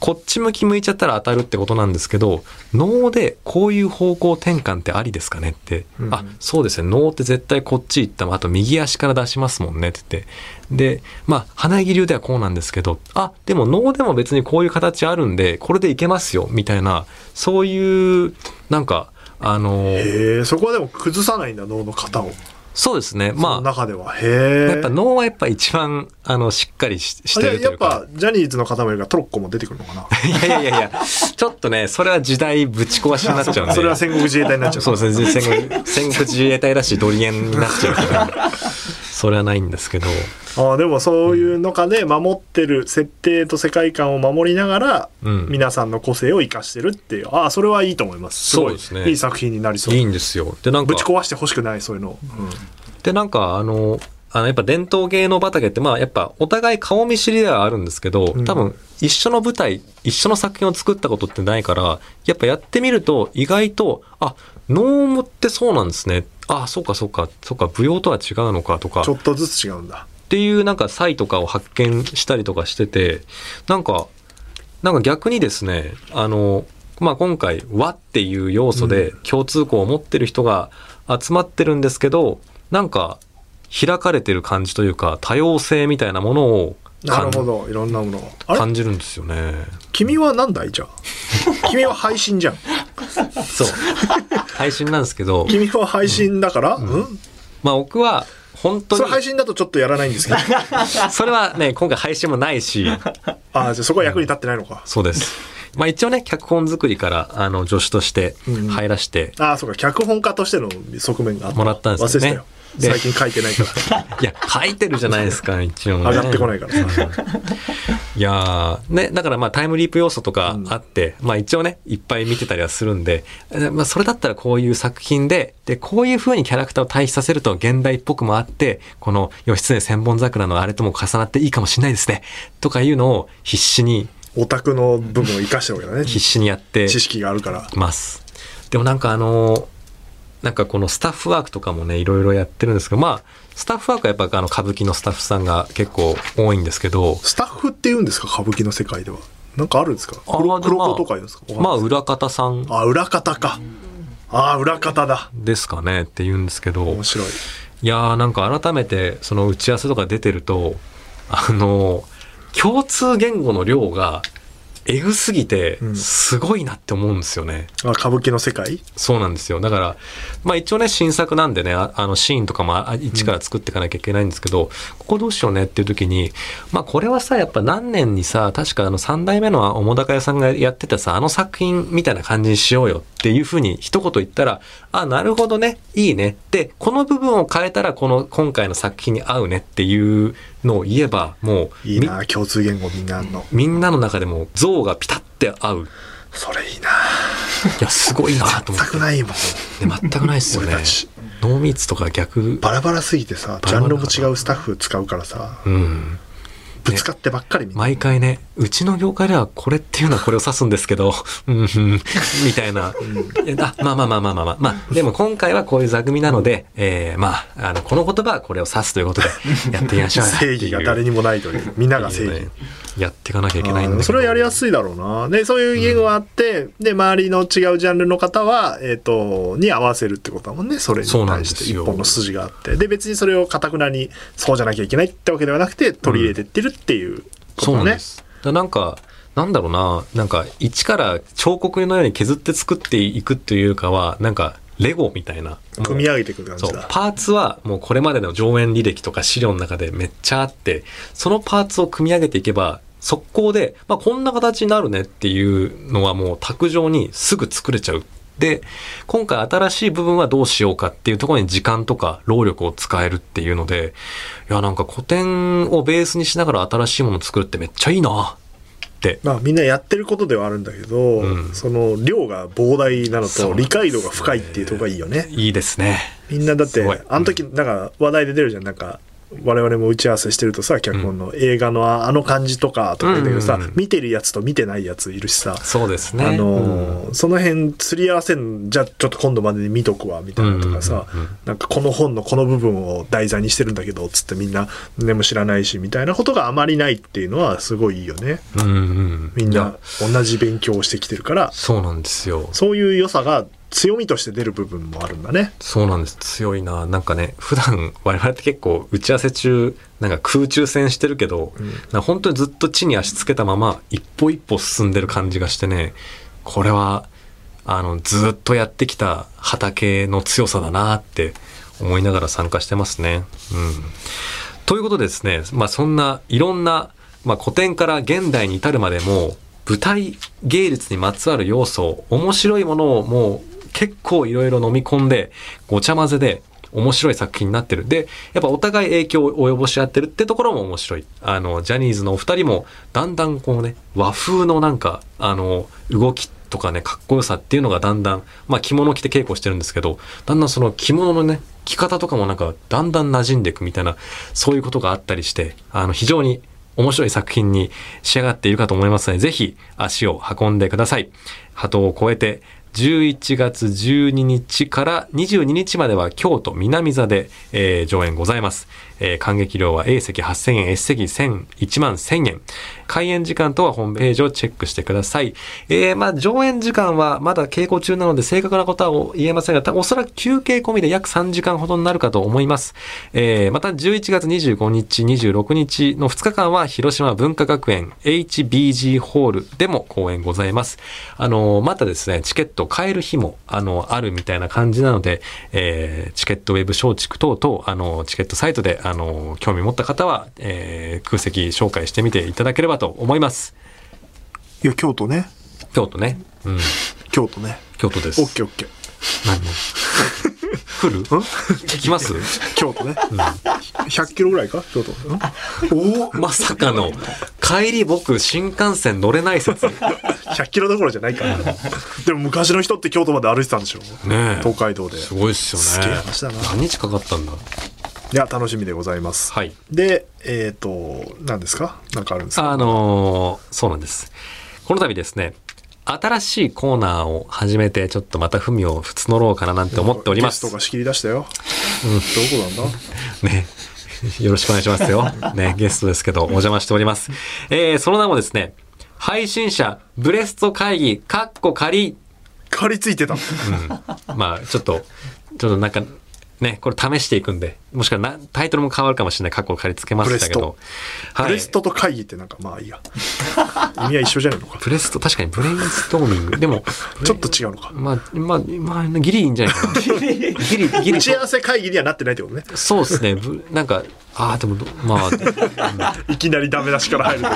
Speaker 2: こっち向き向いちゃったら当たるってことなんですけど、能でこういう方向転換ってありですかねって、
Speaker 1: うん
Speaker 2: あ、そうですね、能って絶対こっち行ったあと右足から出しますもんねって言って。で、まあ、花柳流ではこうなんですけど、あ、でも能でも別にこういう形あるんで、これでいけますよ、みたいな、そういう、なんか、あの、
Speaker 1: へえそこはでも崩さないんだ脳の型を
Speaker 2: そうですね、
Speaker 1: その
Speaker 2: まあ、
Speaker 1: 中ではへえ
Speaker 2: やっぱ能はやっぱ一番、あの、しっかりしし
Speaker 1: あ
Speaker 2: て
Speaker 1: れ
Speaker 2: ると
Speaker 1: や
Speaker 2: い
Speaker 1: っ
Speaker 2: うか。
Speaker 1: ぱジャニーズの方もいるからトロッコも出てくるのかな
Speaker 2: いやいやいや、ちょっとね、それは時代ぶち壊しになっちゃうんで。
Speaker 1: それは戦国自衛隊になっちゃう
Speaker 2: そうですね 戦国戦国自衛隊だしドリエンになっちゃう からそれはないんですけど
Speaker 1: ああでもそういう中で守ってる設定と世界観を守りながら、
Speaker 2: うん
Speaker 1: 皆さんの個性を生かしてるっていうああそれはいいと思いますすごい
Speaker 2: そうですね
Speaker 1: いい作品になりそう
Speaker 2: いいんですよでなんか
Speaker 1: ぶち壊してほしくないそういうの、うん
Speaker 2: でなんかあのあの、やっぱ伝統芸能畑って、まあ、やっぱお互い顔見知りではあるんですけど、
Speaker 1: ん
Speaker 2: 多分、一緒の舞台、一緒の作品を作ったことってないから、やっぱやってみると、意外と、あ、能もってそうなんですね。あ、そうかそうか、そうか、舞踊とは違うのかとか、
Speaker 1: ちょ
Speaker 2: っ
Speaker 1: っとずつ違うんだ
Speaker 2: ていうなんかサイとかを発見したりとかしてて、なんか、なんか逆にですね、あの、まあ、今回、和っていう要素で共通項を持ってる人が集まってるんですけど、なんか、開かれてる感じというか、多様性みたいなものを
Speaker 1: な
Speaker 2: 感
Speaker 1: るほどいろんなものをあれ
Speaker 2: 感じるんですよね。
Speaker 1: 君はなんだいじゃ あ君は配信じゃん
Speaker 2: そう。 配信なんですけど、
Speaker 1: 君は配信だから、うん
Speaker 2: まあ、僕は、本当
Speaker 1: そ
Speaker 2: に
Speaker 1: れ、配信だとちょっとやらないん ですけど
Speaker 2: それはね、今回配信もないし、
Speaker 1: ああじゃあそこは役に立ってないのか、
Speaker 2: そうです。まあ一応ね、脚本作りから、あの、助手として
Speaker 1: うん
Speaker 2: 入らして、
Speaker 1: ああそうか脚本家としての側面があった
Speaker 2: もらったんですよね
Speaker 1: 忘れてたよ
Speaker 2: で
Speaker 1: 最近書いてないから
Speaker 2: いや、書いてるじゃないで すか、一応ね。
Speaker 1: 上がってこないからさ
Speaker 2: いやーね、だからまあタイムリープ要素とか
Speaker 1: うん
Speaker 2: あって、まあ一応ね、いっぱい見てたりはするんで、えまあそれだったらこういう作品で、で、こういう風にキャラクターを対比させると現代っぽくもあって、この義経千本桜のあれとも重なっていいかもしれないですね、とかいうのを必死に、
Speaker 1: オタクの部分を生かしてるわけだね
Speaker 2: 必
Speaker 1: 知
Speaker 2: 死にやって
Speaker 1: 識があるから
Speaker 2: ます。でもなんかあのーなんかこのスタッフワークとかもね、いろいろやってるんですけど、まあ、スタッフワークはやっぱあの歌舞伎のスタッフさんが結構多いんですけど、
Speaker 1: スタッフって言うんですか歌舞伎の世界ではなんかあるんですか
Speaker 2: あー
Speaker 1: 黒
Speaker 2: で
Speaker 1: 黒
Speaker 2: まあ
Speaker 1: 子とか言うんですか
Speaker 2: まあ裏方さん
Speaker 1: あ、裏方か。あー、裏方だ。
Speaker 2: ですかねって言うんですけど
Speaker 1: 面、白い。
Speaker 2: いやーなんか改めてその打ち合わせとか出てると、あのー共通言語の量がえぐすぎて
Speaker 1: う、ん
Speaker 2: すごいなって思うんですよね。
Speaker 1: あ歌舞伎の世界
Speaker 2: そうなんですよ。だから、まあ一応ね、新作なんでね、ああのシーンとかもあ一から作っていかなきゃいけないんですけど、ここどうしようねっていう時に、まあこれはさ、やっぱ何年にさ、確かあの三代目のおもだか屋さんがやってたさ、あの作品みたいな感じにしようよっていうふうに一言言ったら、あ、なるほどね、いいね。で、この部分を変えたら、この今回の作品に合うねっていうのを言えば、もう、
Speaker 1: いいな、共通言語みんなあんの。
Speaker 2: みみんなの中でも像がピタって合う。
Speaker 1: それいいな。
Speaker 2: いや、すごいなと思
Speaker 1: 全
Speaker 2: って
Speaker 1: く。ないもん。
Speaker 2: ね全くないですよ
Speaker 1: 俺
Speaker 2: ね
Speaker 1: た。ち。
Speaker 2: ノーミーツとか逆、
Speaker 1: バラバラすぎてさ、
Speaker 2: バ
Speaker 1: ジ
Speaker 2: ラ
Speaker 1: ャ
Speaker 2: バ
Speaker 1: ン
Speaker 2: ラ
Speaker 1: ルも違うスタッフ使うからさ、
Speaker 2: うん。
Speaker 1: ぶつかってばっかりみんな。
Speaker 2: 毎回ね、うちの業界ではこれっていうのはこれを指すんですけど、うんうん、みたいな。いやあまあまあまあまあまあまあ。まあ、でも今回はこういう座組なので、えー、まあ、あの、この言葉はこれを指すということで、やっていきましょうよって
Speaker 1: 正
Speaker 2: いう。
Speaker 1: 義が誰にもないという。みんなが正
Speaker 2: ってい
Speaker 1: 義
Speaker 2: うね。やっていかなきゃいけな
Speaker 1: あ
Speaker 2: いんだけ
Speaker 1: ー
Speaker 2: ど
Speaker 1: それはやりやすいだろうな。で、そういう言語があって、で、周りの違うジャンルの方は、えっ、と、に合わせるってことだもんね。それに
Speaker 2: そうなん
Speaker 1: 対
Speaker 2: で
Speaker 1: して
Speaker 2: す
Speaker 1: 一
Speaker 2: よ
Speaker 1: 本の筋があって。で、別にそれをかたくなに、そうじゃなきゃいけないってわけではなくて、取り入れてってるっていうこと
Speaker 2: そうな
Speaker 1: だ
Speaker 2: ん
Speaker 1: ね
Speaker 2: で。す。だなんか、なんだろうな、なんか、一から彫刻のように削って作っていくというかは、なんか、レゴみたいな。
Speaker 1: 組み上げていく感
Speaker 2: そ
Speaker 1: じ
Speaker 2: う
Speaker 1: だ。
Speaker 2: パーツはもうこれまでの上演履歴とか資料の中でめっちゃあってそのパーツを組み上げていけば速攻で、まあ、こんな形になるねっていうのはもう卓上にすぐ作れちゃう。で今回新しい部分はどうしようかっていうところに時間とか労力を使えるっていうのでいやなんか古典をベースにしながら新しいものを作るってめっちゃいいなって
Speaker 1: まあみんなやってることではあるんだけど、
Speaker 2: うん
Speaker 1: その量が膨大なの
Speaker 2: そ
Speaker 1: と
Speaker 2: うなんですね
Speaker 1: 理解度が深いっていうところがいいよね。
Speaker 2: いいですね。
Speaker 1: みんなだっ
Speaker 2: す
Speaker 1: て
Speaker 2: ごい、
Speaker 1: あの時、なんか話題で出るじゃん。なんか、我々も打ち合わせしてるとさ、脚本の映画のああの感じとかとか言うけどさ、
Speaker 2: うんうんうん
Speaker 1: 見てるやつと見てないやついるしさ、
Speaker 2: そうですね。
Speaker 1: あ
Speaker 2: うん
Speaker 1: のーその辺釣り合わせんじゃあちょっと今度までに見とくわみたいなとかさ、
Speaker 2: うんうんうんうん
Speaker 1: なんかこの本のこの部分を題材にしてるんだけどつってみんなでも知らないしみたいなことがあまりないっていうのはすごいいいよね
Speaker 2: うんうん、
Speaker 1: みん
Speaker 2: いや
Speaker 1: な同じ勉強をしてきてるから
Speaker 2: そうなんですよ。
Speaker 1: そういう良さが強みとして出る部分もあるんだね
Speaker 2: そうなんです。強いな。なんかね、普段我々って結構打ち合わせ中、なんか空中戦してるけど、
Speaker 1: ん
Speaker 2: なんか本当にずっと地に足つけたまま一歩一歩進んでる感じがしてね、これは、あの、ずっとやってきた畑の強さだなって思いながら参加してますね。うん。ということでですね、まあそんないろんな、まあ、古典から現代に至るまでも舞台芸術にまつわる要素面白いものをもう結構いろいろ飲み込んでごちゃ混ぜで面白い作品になってるでやっぱお互い影響を及ぼし合ってるってところも面白いあのジャニーズのお二人もだんだんこうね和風のなんかあの動きとかね、かっこよさっていうのがだんだん、まあ着物着て稽古してるんですけど、だんだんその着物のね、着方とかもなんかだんだん馴染んでいくみたいな、そういうことがあったりして、あの非常に面白い作品に仕上がっているかと思いますので、ぜひ足を運んでください。波動を超えて、11月12日から22日までは京都南座で、えー上演ございます。えー観劇料は A 席8000円、S 席1000、1万1000円。開演時間とはホームページをチェックしてください。えーまあ上演時間はまだ稽古中なので正確なことは言えませんが、たおそらく休憩込みで約3時間ほどになるかと思います。えーまた11月25日、26日の2日間は広島文化学園 HBG ホールでも公演ございます。あのーまたですね、チケット買える日も、あのーあるみたいな感じなので、えーチケットウェブ松竹等々、あのーチケットサイトで、あのー興味持った方は、えー空席紹介してみていただければと思います。
Speaker 1: いや、京都ね。
Speaker 2: 京都ね。うん。
Speaker 1: 京都ね。
Speaker 2: 京都です。
Speaker 1: オッケーオッケー。
Speaker 2: 何も来る来ます
Speaker 1: 京都ね。100キロぐらいか京都。ん
Speaker 2: おまさかの、帰り僕、新幹線乗れない説。ね
Speaker 1: 100キロどころじゃないから。でも昔の人って京都まで歩いてたんでしょ
Speaker 2: え。
Speaker 1: 東海道で。
Speaker 2: すごいっすよね。
Speaker 1: すげえ話だな
Speaker 2: 何日かかったんだ
Speaker 1: いや、楽しみでございます。
Speaker 2: はい。
Speaker 1: で、えっ、と、何ですかなんかあるんですか
Speaker 2: あのーそうなんです。この度ですね、新しいコーナーを始めて、ちょっとまた文を募ろうかななんて思っておりま
Speaker 1: ゲス
Speaker 2: す
Speaker 1: ト。が仕切り出したよ。どこなんだ
Speaker 2: ね。 よろしくお願いしま すよ。ね、ゲストですけど、お邪魔しております。えー、その名もですね、配信者ブレスト会議、カッコ仮
Speaker 1: 借りついてた。
Speaker 2: うんまあちょっとちょっとなんかねこれ試していくんでもしかしたらなタイトルも変わるかもしれない過去を借り付けましたけどはい
Speaker 1: ブレストと会議ってなんか、まあ いいや。意味は一緒じゃないのか。
Speaker 2: ブレスト確かにブレインストーミングでも
Speaker 1: ちょっと違うのか。
Speaker 2: まあまあまあギリいいんじゃないかな ギリギ
Speaker 1: 打
Speaker 2: リ
Speaker 1: ち合わせ会議にはなってないってことね。
Speaker 2: そうですねぶなんかああでもどまあ
Speaker 1: いきなりダメ出しから入ると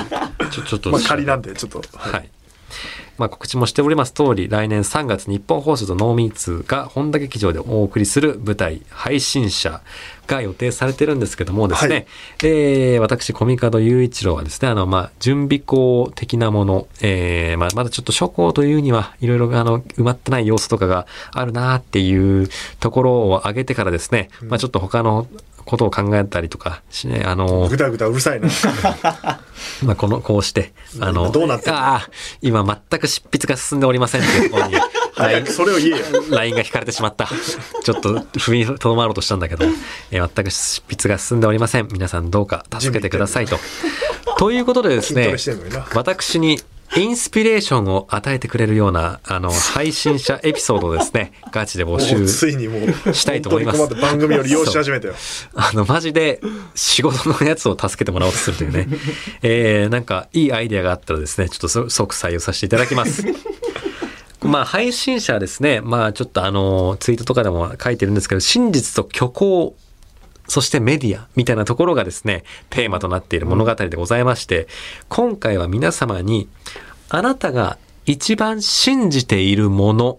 Speaker 1: いう。
Speaker 2: ちょちょっと
Speaker 1: まあ仮なんで、ちょっと。はい
Speaker 2: はい。まあ、告知もしております通り、来年3月日本放送とノーミーツが本田劇場でお送りする舞台、配信者が予定されてるんですけどもですね、
Speaker 1: はい
Speaker 2: えー私、コミカド雄一郎はですね、あの、まあ、準備校的なもの、えーまあ、まだちょっと初校というには、いろいろ、あの、埋まってない要素とかがあるなっていうところを挙げてからですね、まあ、ちょっと他のことを考えたりとかしね、あの、
Speaker 1: ぐだぐだうるさいな。
Speaker 2: まあ、この、こうして、あの、
Speaker 1: 今どうなってんの
Speaker 2: ああ、今全く執筆が進んでおりませんっていうところに、
Speaker 1: 早くそれを言えよ。
Speaker 2: LINE が引かれてしまった。ちょっと踏みとどまろうとしたんだけど、えー全く執筆が進んでおりません。皆さんどうか助けてく ださいと。ということでです
Speaker 1: 筋ト
Speaker 2: ね
Speaker 1: レしてんのにな、
Speaker 2: 私にインスピレーションを与えてくれるような、あの、配信者エピソードをですね、ガチで募
Speaker 1: もう
Speaker 2: 集
Speaker 1: ついにもう、
Speaker 2: したいと思います
Speaker 1: 本当に困って番組を利用し始めたよ。
Speaker 2: あの、マジで仕事のやつを助けてもらおうとすると いうね。えー、なんかいいアイデアがあったらですね、ちょっとそ即採用させていただ きます。まあ、配信者はですね、まあ、ちょっとあの、ツイートとかでも書いてるんですけど、真実と虚構、そしてメディアみたいなところがですね、テーマとなっている物語でございまして、今回は皆様に、あなたが一番信じているもの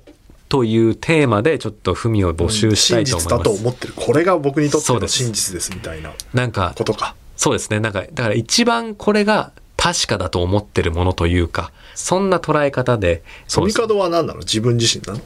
Speaker 2: というテーマでちょっと文を募集した
Speaker 1: 真
Speaker 2: いと思い
Speaker 1: 実だ
Speaker 2: ます。
Speaker 1: と思ってる。これが僕にとって
Speaker 2: そう
Speaker 1: の
Speaker 2: です
Speaker 1: 真実ですみたいな
Speaker 2: なんか、
Speaker 1: ことか。
Speaker 2: そうですね。なんか、だから一番これが確かだと思ってるものというか、そんな捉え方で、そ
Speaker 1: コ
Speaker 2: うで
Speaker 1: ミ
Speaker 2: す
Speaker 1: カドは何なの自分自身なの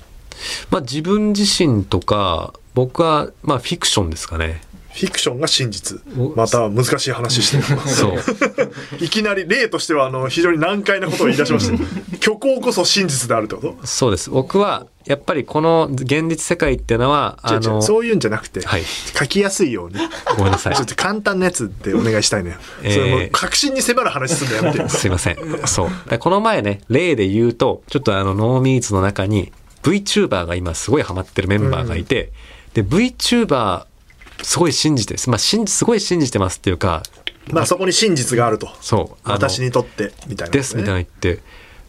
Speaker 2: まあ自分自身とか、僕は、まあフィクションですかね。
Speaker 1: フィクションが真実
Speaker 2: お。
Speaker 1: また難しい話してる。
Speaker 2: そう。
Speaker 1: いきなり例としてはあの非常に難解なことを言い出しました。 虚構こそ真実であるってこと
Speaker 2: そうです。僕は、やっぱりこの現実世界っていうのは、あ
Speaker 1: 違う違
Speaker 2: の
Speaker 1: う、そういうんじゃなくて、
Speaker 2: はい
Speaker 1: 書きやすいように。
Speaker 2: ごめんなさい
Speaker 1: ちょ。っと簡単なやつでお願いしたいのよ。
Speaker 2: えー
Speaker 1: それもう確信に迫る話すんのやめてよ。
Speaker 2: すいません。そう。だからこの前ね、例で言うと、ちょっとあの、ノーミーツの中に、VTuber が今すごいハマってるメンバーがいて、で、VTuber、すごい信じて、まあ、信じ、すごい信じてますっていうか、
Speaker 1: まあそこに真実があると。
Speaker 2: そう。あの
Speaker 1: 私にとって、みたいなことね、
Speaker 2: ですみたいなの言って。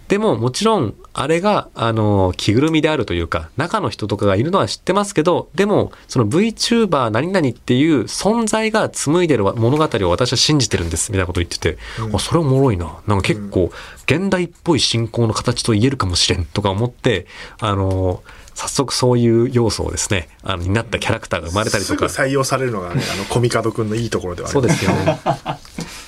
Speaker 2: でももちろんあれがあの着ぐるみであるというか中の人とかがいるのは知ってますけどでもその VTuber 何々っていう存在が紡いでる物語を私は信じてるんですみたいなこと言ってて、あそれおもろいななんか結構現代っぽい信仰の形と言えるかもしれんとか思ってあの早速そういう要素をですね、あの、になったキャラクターが生まれたり
Speaker 1: す
Speaker 2: と
Speaker 1: ぐ
Speaker 2: か。
Speaker 1: 採用されるのがね、あの、コミカドくんのいいところではあり
Speaker 2: そう
Speaker 1: ます
Speaker 2: ですよね。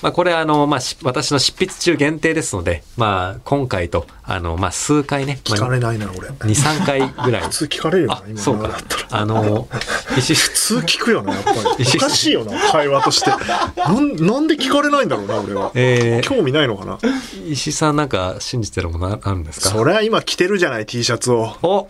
Speaker 2: まあこれあの、まあし私の執筆中限定ですので、まあ今回と、あの、まあ数回ね、ま
Speaker 1: 聞か
Speaker 2: あ、
Speaker 1: れないな、俺。
Speaker 2: 2、3回ぐ らい
Speaker 1: 普。通聞かれるよな
Speaker 2: あ、、
Speaker 1: 今
Speaker 2: そう
Speaker 1: の
Speaker 2: か
Speaker 1: だったら。。
Speaker 2: あの、石
Speaker 1: 普通聞くよな、やっ ぱり。
Speaker 2: 石
Speaker 1: おかしいよな、会話として。なん、なんで聞かれないんだろうな、俺は。
Speaker 2: え
Speaker 1: 興味ないのかな。
Speaker 2: ー、石井さんなんか信じてるものあるんですか
Speaker 1: それは今着てるじゃない、T シャツを。
Speaker 2: お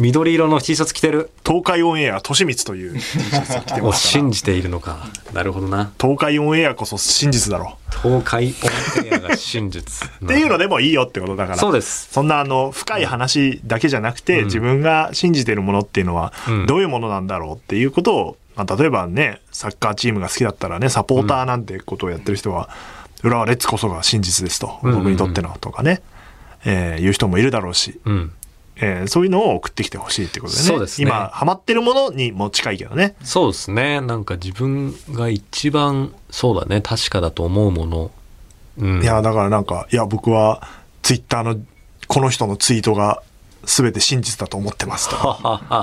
Speaker 2: 緑色の T シャツ着てる。
Speaker 1: 東海オンエア、としみつという T シャツを着てま
Speaker 2: を
Speaker 1: すから。
Speaker 2: 信じているのか。なるほどな。
Speaker 1: 東海オンエアこそ真実だろ
Speaker 2: 東海オンエアが真実。
Speaker 1: う。っていうのでもいいよってことだから。
Speaker 2: そうです。
Speaker 1: そんなあの深い話だけじゃなくて、
Speaker 2: うん
Speaker 1: 自分が信じてるものっていうのは
Speaker 2: うん
Speaker 1: どういうものなんだろうっていうことを、まあ、例えばねサッカーチームが好きだったらねサポーターなんてことをやってる人は、浦和レッズこそが真実ですと、
Speaker 2: うんうんうん
Speaker 1: 僕にとってのとかね、えーいう人もいるだろうし、
Speaker 2: うん。
Speaker 1: えーそういうのを送ってきてほしいってことでね
Speaker 2: そうですね
Speaker 1: 今ハマってるものにも近いけどね
Speaker 2: そうですね。なんか自分が一番、そうだね、確かだと思うもの。うん。
Speaker 1: いや、だからなんか、いや、僕は、ツイッターの、この人のツイートが、すべて真実だと思ってますと。い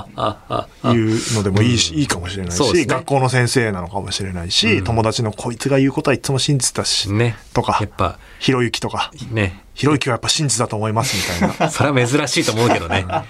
Speaker 1: うのでもいいし、いいかもしれない
Speaker 2: そうで
Speaker 1: し、
Speaker 2: すね
Speaker 1: 学校の先生なのかもしれないし、
Speaker 2: うん
Speaker 1: 友達のこいつが言うことはいつも真実だし、
Speaker 2: ね。
Speaker 1: とか
Speaker 2: やっ、ぱ、
Speaker 1: ひろゆきとか、
Speaker 2: ね。
Speaker 1: ひろゆきはやっぱ真実だと思いますみたい な。
Speaker 2: それは珍しいと思うけどね。 あ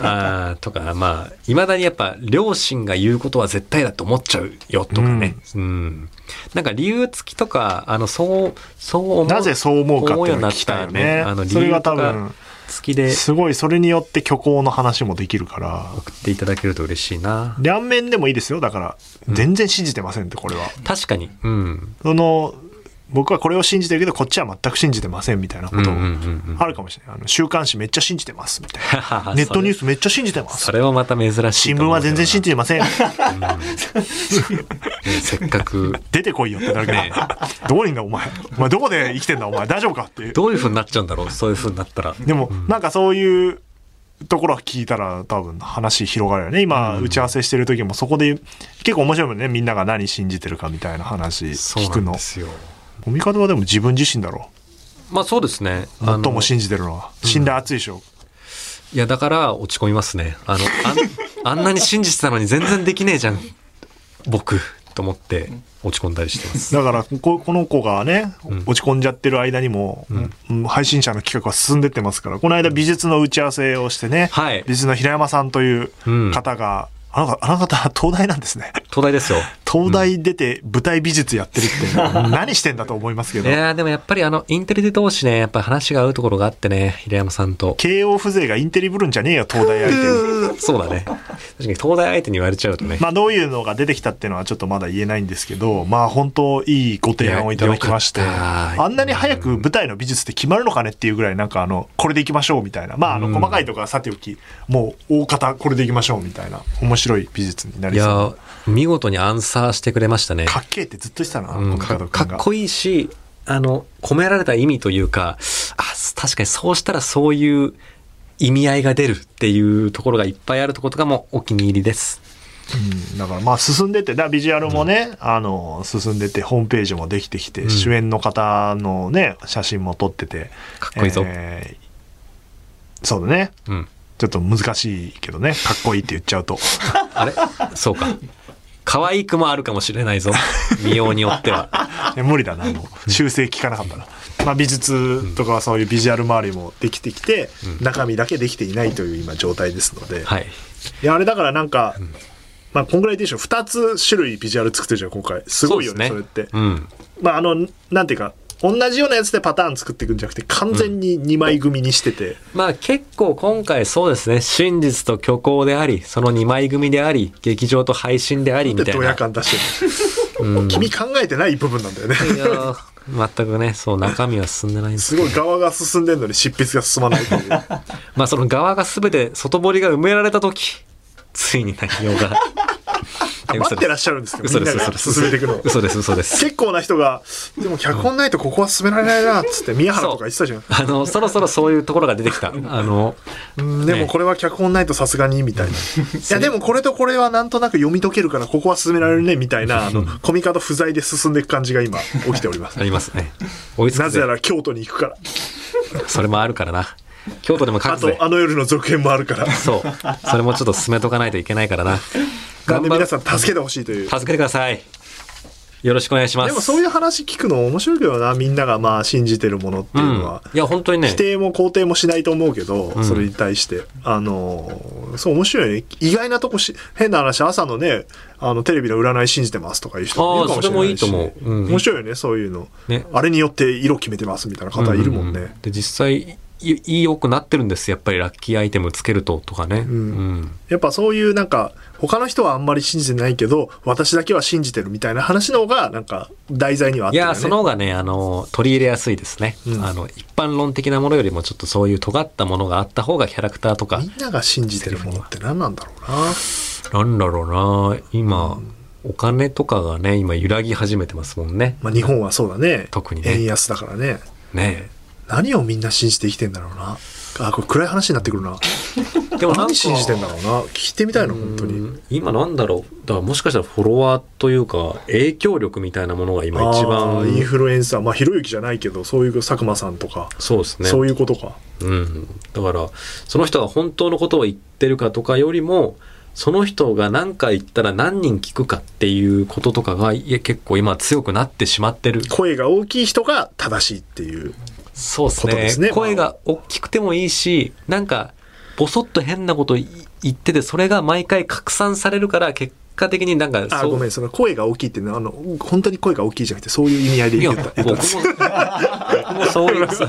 Speaker 2: ーとか、まあ、いまだにやっぱ、両親が言うことは絶対だと思っちゃうよとかね。うん。なんか理由付きとか、あの、そう、そう思う。
Speaker 1: なぜそう思うかっていうのを聞きたいよね
Speaker 2: 思うようになったあの、。理
Speaker 1: それ
Speaker 2: 由
Speaker 1: が
Speaker 2: と
Speaker 1: 多
Speaker 2: か
Speaker 1: 分、
Speaker 2: 付きです
Speaker 1: ごい、それによって虚構の話もできるから、
Speaker 2: 送っていただけると嬉しいな。
Speaker 1: 両面でもいいですよ。だから、全然信じてませんって、これは。
Speaker 2: 確かに。うん。
Speaker 1: その僕はこれを信じてるけどこっちは全く信じてませんみたいなこと
Speaker 2: うんうんうんうん
Speaker 1: あるかもしれないあの週刊誌めっちゃ信じてますみたい なネットニュースめっちゃ信じてま
Speaker 2: そ
Speaker 1: す
Speaker 2: れはまた珍しいと思うけどな。
Speaker 1: 新聞は全然信じてません
Speaker 2: ねせっかく、
Speaker 1: 出てこいよってなるけど、
Speaker 2: ね
Speaker 1: どうにんだお前お前どこで生きてんだお前大丈夫かっていう
Speaker 2: どういう風になっちゃうんだろうそういう風になったら。
Speaker 1: でもなんかそういうところは聞いたら多分話広がるよね今打ち合わせしてる時もそこで結構面白いもんねみんなが何信じてるかみたいな話
Speaker 2: そう
Speaker 1: 聞
Speaker 2: な
Speaker 1: く
Speaker 2: ん
Speaker 1: の
Speaker 2: ですよ。
Speaker 1: コミカドはでも自分自身だろ
Speaker 2: まあそうですね。あ
Speaker 1: 最
Speaker 2: の
Speaker 1: も信じてるのは死んだ熱いでしょ
Speaker 2: いや、だから落ち込みますね。あの、あ んあんなに信じてたのに全然できねえじゃん。僕、と思って落ち込んだりしてます。
Speaker 1: だからこ、この子がね、
Speaker 2: ん
Speaker 1: 落ち込んじゃってる間にも、うん配信者の企画は進んでってますから、この間美術の打ち合わせをしてね、
Speaker 2: はい
Speaker 1: 美術の平山さんという
Speaker 2: うん
Speaker 1: 方が、あなた、あなた、東大なんですね。
Speaker 2: 東大ですよ。
Speaker 1: 東大出て舞台美術やってるって、何してんだと思いますけ
Speaker 2: い
Speaker 1: ど、
Speaker 2: やーでもやっぱりあの、インテリで同士ね、やっぱ話が合うところがあってね、平山さんと。
Speaker 1: 慶応風情がインテリぶるんじゃねえよ、東大相手 に。
Speaker 2: そうだね。確かに東大相手に言われちゃうとね。
Speaker 1: まあ、どういうのが出てきたっていうのはちょっとまだ言えないんですけど、まあ、本当いいご提案をいただきまして、
Speaker 2: いやよかった
Speaker 1: あんなに早く舞台の美術って決まるのかねっていうぐらい、なんかあの、これでいきましょうみたいな。まあ、あの、
Speaker 2: うん
Speaker 1: 細かいとこはさておき、もう大方これでいきましょうみたいな、面白い美術にないり
Speaker 2: や
Speaker 1: そう。
Speaker 2: ー見事にアンサーしてくれましたね。
Speaker 1: かっけえってずっとしたな、
Speaker 2: うん
Speaker 1: コカ
Speaker 2: か
Speaker 1: ド君
Speaker 2: かっ
Speaker 1: が
Speaker 2: こいいし、あの、込められた意味というか、あ、確かにそうしたらそういう意味合いが出るっていうところがいっぱいあるところとかもお気に入りです。
Speaker 1: うんだからまあ進んでって、だからビジュアルもね、あの、進んでて、ホームページもできてきて、
Speaker 2: うん
Speaker 1: 主演の方のね、写真も撮ってて。
Speaker 2: かっこいいぞ。
Speaker 1: えーそうだね。
Speaker 2: うん。
Speaker 1: ちょっと難しいけどね、かっこいいって言っちゃうと。
Speaker 2: あれそうか。可愛くもあるかもしれないぞ。見ようによっては。
Speaker 1: いや無理だな、もう。修正効かなかったな。まあ、美術とかそういうビジュアル周りもできてきて、中身だけできていないという今状態ですので。
Speaker 2: はい。
Speaker 1: いや、あれだからなんか、まあ、こんぐらいでしょ。二つ種類ビジュアル作ってるじゃん、今回。すごいよね、そ
Speaker 2: そうです
Speaker 1: れって。
Speaker 2: うん。
Speaker 1: まあ、あの、なんていうか、同じようなやつでパターン作っていくんじゃなくて、完全に2枚組にしてて。
Speaker 2: まあ結構今回そうですね。真実と虚構であり、その2枚組であり、劇場と配信であり、み
Speaker 1: で、
Speaker 2: たい
Speaker 1: ドヤ
Speaker 2: な。
Speaker 1: 感出してる。君考えてない部分なんだよね。
Speaker 2: いやー全くね、そう、中身は進んでないんです
Speaker 1: すごい側が進んでるのに執筆が進まないという。
Speaker 2: まあその側が全て外堀が埋められた時、ついに内容が。
Speaker 1: あ待ってらっしゃるんですけど、
Speaker 2: 嘘
Speaker 1: みん
Speaker 2: で
Speaker 1: な
Speaker 2: す、嘘
Speaker 1: が
Speaker 2: です。
Speaker 1: 進めていくのを。
Speaker 2: 嘘です、嘘です。
Speaker 1: 結構な人が、でも脚本ないとここは進められないな、つって宮原とか言ってたじゃん。
Speaker 2: あの、そろそろそういうところが出てきた。あの、
Speaker 1: うんでもこれは脚本ないとさすがに、みたいな。いや、でもこれとこれはなんとなく読み解けるから、ここは進められるね、みたいな、あの、コミカド不在で進んでいく感じが 今、起きております
Speaker 2: あ。りますね。追いつ
Speaker 1: な
Speaker 2: く
Speaker 1: ぜ
Speaker 2: ぜ
Speaker 1: な。ら京都に行くから。
Speaker 2: それもあるからな。京都でも
Speaker 1: あ
Speaker 2: 書くぜ
Speaker 1: と、あの夜の続編もあるから。
Speaker 2: そうそれもちょっと進めとかないといけないからな
Speaker 1: なんで皆
Speaker 2: 頑張る
Speaker 1: さん助けてほしいという。
Speaker 2: 助けてくださいよろしくお願いします
Speaker 1: でもそういう話聞くの面白いけどな、みんながまあ信じてるものっていうのは。
Speaker 2: うん、いや本当にね
Speaker 1: 否定も肯定もしないと思うけど、
Speaker 2: ん
Speaker 1: それに対して。あのーそう面白いね。意外なとこし、変な話、朝のね、あの、テレビの占い信じてますとかいう人もいるかもしれないし。
Speaker 2: あーそれもいいと思ううん
Speaker 1: 面白いよね、そういうの。
Speaker 2: ね
Speaker 1: あれによって色決めてますみたいな方いるもんね。
Speaker 2: うううで実際いいいよくなってるんですやっぱりラッキーアイテムつけるととかねうん
Speaker 1: やっぱそういうなんか、他の人はあんまり信じてないけど、私だけは信じてるみたいな話の方が、なんか、題材にはあっ
Speaker 2: い
Speaker 1: てるよ
Speaker 2: や
Speaker 1: ね。
Speaker 2: その方がねあの取り入れやすいですね、
Speaker 1: うん
Speaker 2: あの一般論的なものよりもちょっとそういう尖ったものがあった方がキャラクターとか
Speaker 1: みんなが信じてるものって何なんだろうな。
Speaker 2: なんだろうな今、お金とかがね今揺らぎ始めてますもんね
Speaker 1: まあ日本はそうだね。
Speaker 2: 特にね
Speaker 1: 円安だからね。
Speaker 2: ね
Speaker 1: 何をみんな信じて生きてんだろうな。あ、これ暗い話になってくるな。
Speaker 2: えでもなんか
Speaker 1: 何信じてんだろうな。聞いてみたいな、本当
Speaker 2: う
Speaker 1: に。
Speaker 2: ん今なんだろうだからもしかしたらフォロワーというか影響力みたいなものが今一
Speaker 1: あーイン
Speaker 2: 番
Speaker 1: フルエンサー、まあ、ひろゆきじゃないけど、そういう佐久間さんとか、
Speaker 2: そうですね
Speaker 1: そういうことか。
Speaker 2: うん、だからその人が本当のことを言ってるかとかよりもその人が何か言ったら何人聞くかっていうこととかがいや結構今強くなってしまってる
Speaker 1: 声が大きい人が正しいっていう。
Speaker 2: そうですね
Speaker 1: ことですね
Speaker 2: 声が大きくてもいいしなんかボソッと変なことい言っててそれが毎回拡散されるから結果的になんか
Speaker 1: あ、
Speaker 2: そう
Speaker 1: ごめん、その声が大きいっていうのは、あの、本当に声が大きいじゃなくて、そういう意味合いで
Speaker 2: い
Speaker 1: 言
Speaker 2: や
Speaker 1: った。
Speaker 2: 僕 も僕もそういうそう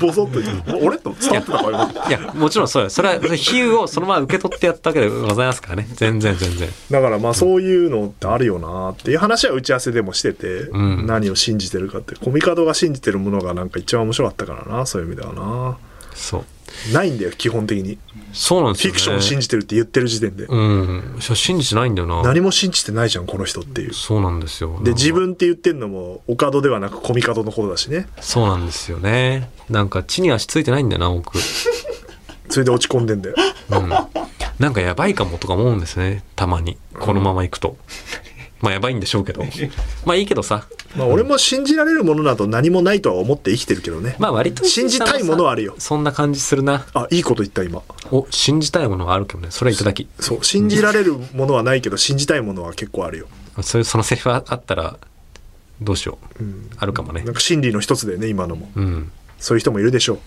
Speaker 1: ボソッと言って、俺と伝わってたか今
Speaker 2: いやもちろんそうよそれは比喩をそのまま受け取ってやったわけでございますからね全然全然
Speaker 1: だからまあそういうのってあるよなっていう話は打ち合わせでもしてて、
Speaker 2: ん
Speaker 1: 何を信じてるかってコミカドが信じてるものがなんか一番面白かったからなそういう意味ではな
Speaker 2: そう
Speaker 1: ないんだよ基本的に
Speaker 2: そうなんです
Speaker 1: フィ
Speaker 2: よ、ね、
Speaker 1: クションを信じてるって言ってる時点で、
Speaker 2: うん。そう信じてないんだよな。
Speaker 1: 何も信じてないじゃんこの人っていう
Speaker 2: そうなんですよ。
Speaker 1: で
Speaker 2: なんか
Speaker 1: 自分って言ってんのもオカドではなくコミカドのことだしね
Speaker 2: そうなんですよね。なんか地に足ついてないんだよな、僕。
Speaker 1: それで落ち込んでんだよ
Speaker 2: なんかやばいかもとか思うんですね、たまに。このまま行くと。まあやばいんでしょう けど。まあいいけどさ。
Speaker 1: まあ俺も信じられるものなど何もないとは思って生きてるけどね、
Speaker 2: まあ割と。
Speaker 1: 信じたいものはあるよ
Speaker 2: そんな感じするな。
Speaker 1: あいいこと言った今
Speaker 2: お、信じたいものはあるけどね。それはいただき。
Speaker 1: そう信じられるものはないけど信じたいものは結構あるよ
Speaker 2: そういう、そのセリフあったら、どうしよう。
Speaker 1: ん
Speaker 2: あるかもね
Speaker 1: なん。か真理の一つだよね今のも
Speaker 2: うん。
Speaker 1: そういう人もいるでしょう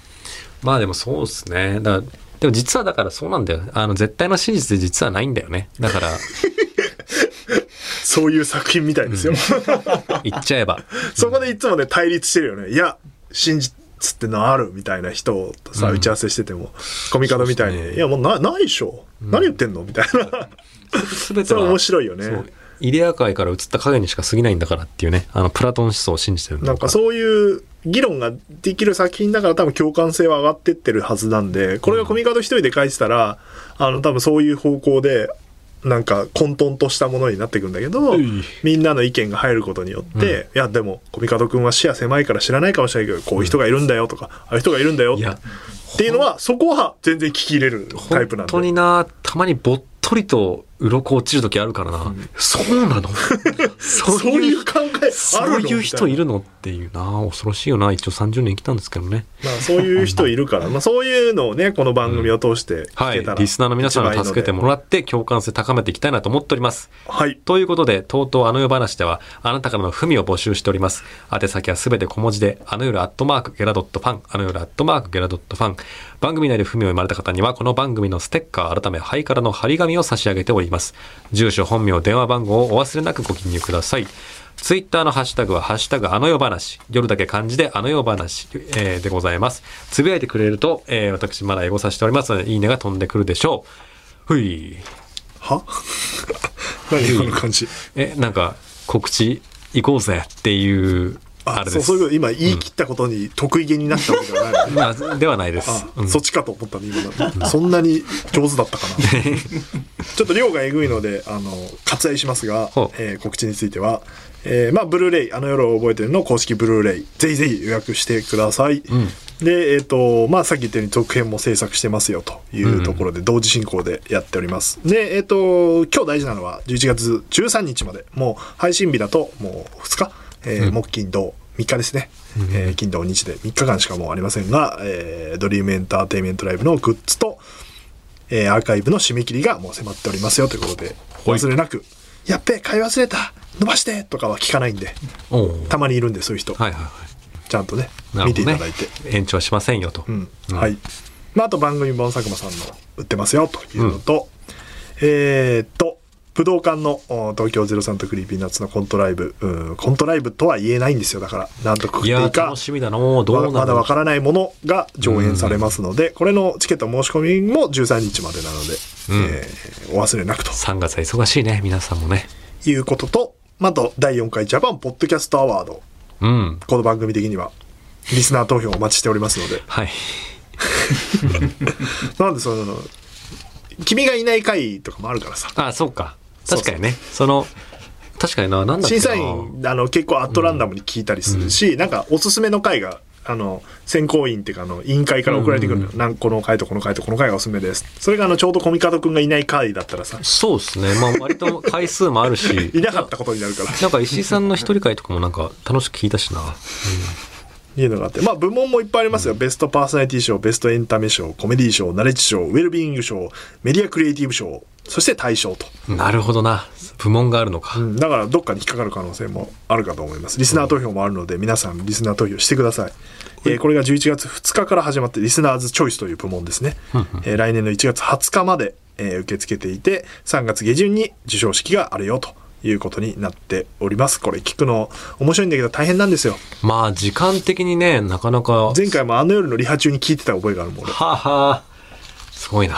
Speaker 2: まあでもそうですね。だからでも実はだからそうなんだよ。あの、絶対の真実で実はないんだよね。だから、
Speaker 1: そういう作品みたいですよ。
Speaker 2: 言っちゃえば。
Speaker 1: そこでいつもね、対立してるよね。いや、真実ってのあるみたいな人とさ、
Speaker 2: うん
Speaker 1: 打ち合わせしてても、コミカドみたいに、
Speaker 2: そうですね
Speaker 1: いや、もうなないでしょ。何言ってんのみたいな。
Speaker 2: すべ て
Speaker 1: それ
Speaker 2: は
Speaker 1: 面白いよね
Speaker 2: そうイデア界から移った影にしか過ぎないんだからっていうねあのプラトン思想を信じてるんだ
Speaker 1: なんかそういう議論ができる作品だから多分共感性は上がってってるはずなんで、これがコミカド一人で書いてたら、あの多分そういう方向で、なんか混沌としたものになってくんだけど、みんなの意見が入ることによって、いやでもコミカド君は視野狭いから知らないかもしれないけど、こういう人がいるんだよとか、ああいう人がいるんだよ
Speaker 2: いや
Speaker 1: っていうのは、そこは全然聞き入れるタイプな
Speaker 2: 本
Speaker 1: ん
Speaker 2: 当に
Speaker 1: で。
Speaker 2: なたまにぼっとりと鱗落ちる時あるからな、そうなの そ
Speaker 1: そういう考えある
Speaker 2: そ
Speaker 1: の
Speaker 2: ういう人い
Speaker 1: みたな
Speaker 2: るのっていうな恐ろしいよな一応30年生きたんですけどね
Speaker 1: まあそういう人いるから、まあそういうのをね、この番組を通して聞
Speaker 2: は
Speaker 1: け
Speaker 2: い
Speaker 1: たら、
Speaker 2: リスナーの皆さんに助けて
Speaker 1: も。
Speaker 2: もらって共感性高めていきたいなと思っております
Speaker 1: はい。
Speaker 2: ということで、とうとうあの世話では、あなたからの文を募集しております。宛先はすべて小文字で、あの夜アットマークゲラドットファン、あの夜アットマークゲラドットファン。番組内で文を読まれた方には、この番組のステッカー、改め、ハイカラの張り紙を差し上げております。住所、本名、電話番号をお忘れなくご記入ください。ツイッターのハッシュタグは、ハッシュタグあの世話、夜だけ漢字であの世話、えーでございます。つぶやいてくれると、えー私まだエゴさしておりますので、いいねが飛んでくるでしょう。ふい。
Speaker 1: は 何この感じ。
Speaker 2: えなんか告知行こうぜっていうあれ
Speaker 1: そ
Speaker 2: で
Speaker 1: う、
Speaker 2: す
Speaker 1: そういうこと、今言い切ったことに得意げになったわけじゃないのね。
Speaker 2: まあではないです
Speaker 1: あ、
Speaker 2: うん
Speaker 1: そっちかと思ったね、今の。そんなに上手だったかな。ちょっと量がえぐいので、あの、割愛しますが
Speaker 2: ほう、
Speaker 1: えー告知については、えーまあ、ブルーレイ、あの夜を覚えてるの公式ブルーレイ、ぜひぜひ予約してください。で、えっ、と、まあ、さっき言ったように続編も制作してますよというところで、同時進行でやっております。で、えっ、と、今日大事なのは、11月13日まで、もう配信日だと、もう2日、えー木金土、3 3日ですね、えー金土日で3日間しかもうありませんが、えードリームエンターテインメントライブのグッズと、えーアーカイブの締め切りがもう迫っておりますよということで
Speaker 2: はい
Speaker 1: 忘れなく「やっべ買い忘れた伸ばして!」とかは聞かないんで
Speaker 2: おう
Speaker 1: たまにいるんでそういう人、
Speaker 2: はいはいは
Speaker 1: ちゃんとね
Speaker 2: い。なる
Speaker 1: 見
Speaker 2: ほ
Speaker 1: てい
Speaker 2: どね
Speaker 1: ただいて。
Speaker 2: 延長しませんよと。
Speaker 1: うん
Speaker 2: うん
Speaker 1: はい、まあ、あと番組本佐久間さんの売ってますよというのと、えーっと武道館のお東京03とクリーピーナッツのコントライブ、うん、コントライブとは言えないんですよだからなんとくくっ
Speaker 2: い
Speaker 1: ていい
Speaker 2: やー、
Speaker 1: か
Speaker 2: 楽しみだな。どうな
Speaker 1: まだ
Speaker 2: る
Speaker 1: まだ
Speaker 2: の
Speaker 1: わからないものが上演されますので、これのチケット申し込みも13日までなので、
Speaker 2: うん
Speaker 1: えーお忘れなくと
Speaker 2: 3月は忙しいね、皆さんもね。
Speaker 1: いうこととあと第4回ジャパンポッドキャストアワード
Speaker 2: うん。
Speaker 1: この番組的にはリスナー投票をお待ちしておりますので
Speaker 2: はい。
Speaker 1: なんでその君がいない回とかもあるからさ
Speaker 2: あ、そうか。確かにね。その、確かにな、なんだっけ
Speaker 1: 審査
Speaker 2: な
Speaker 1: 員あの結構アットランダムに聞いたりするし、なんかおすすめの回があの選考委員っていうかあの委員会から送られてくるのよ、なんこの回とこの回とこの回がおすすめですそれがあのちょうどコミカドくんがいない回だったらさ
Speaker 2: そうですね。まあ、割と回数もあるし
Speaker 1: い。なかったことになるから
Speaker 2: なんか石井さんの一人会とかもなんか楽しく聞いたしな。
Speaker 1: いうのがあってまあ部門もいっぱいありますよ、ベストパーソナリティ賞ベストエンタメ賞コメディ賞ナレッジ賞ウェルビーイング賞メディアクリエイティブ賞そして大賞と、
Speaker 2: なるほどな。部門があるのか。
Speaker 1: うんだからどっかに引っかかる可能性もあるかと思いますリスナー投票もあるので皆さんリスナー投票してください、えーこれが11月2日から始まってリスナーズチョイスという部門ですね、えー来年の1月20日まで、えー受け付けていて3月下旬に授賞式があるよということになっておりますこれ聞くの面白いんだけど大変なんですよ
Speaker 2: まあ、時間的にね、なかなか。
Speaker 1: 前回もあの夜のリハ中に聞いてた覚えがあるもの
Speaker 2: はあはあ。すごいな。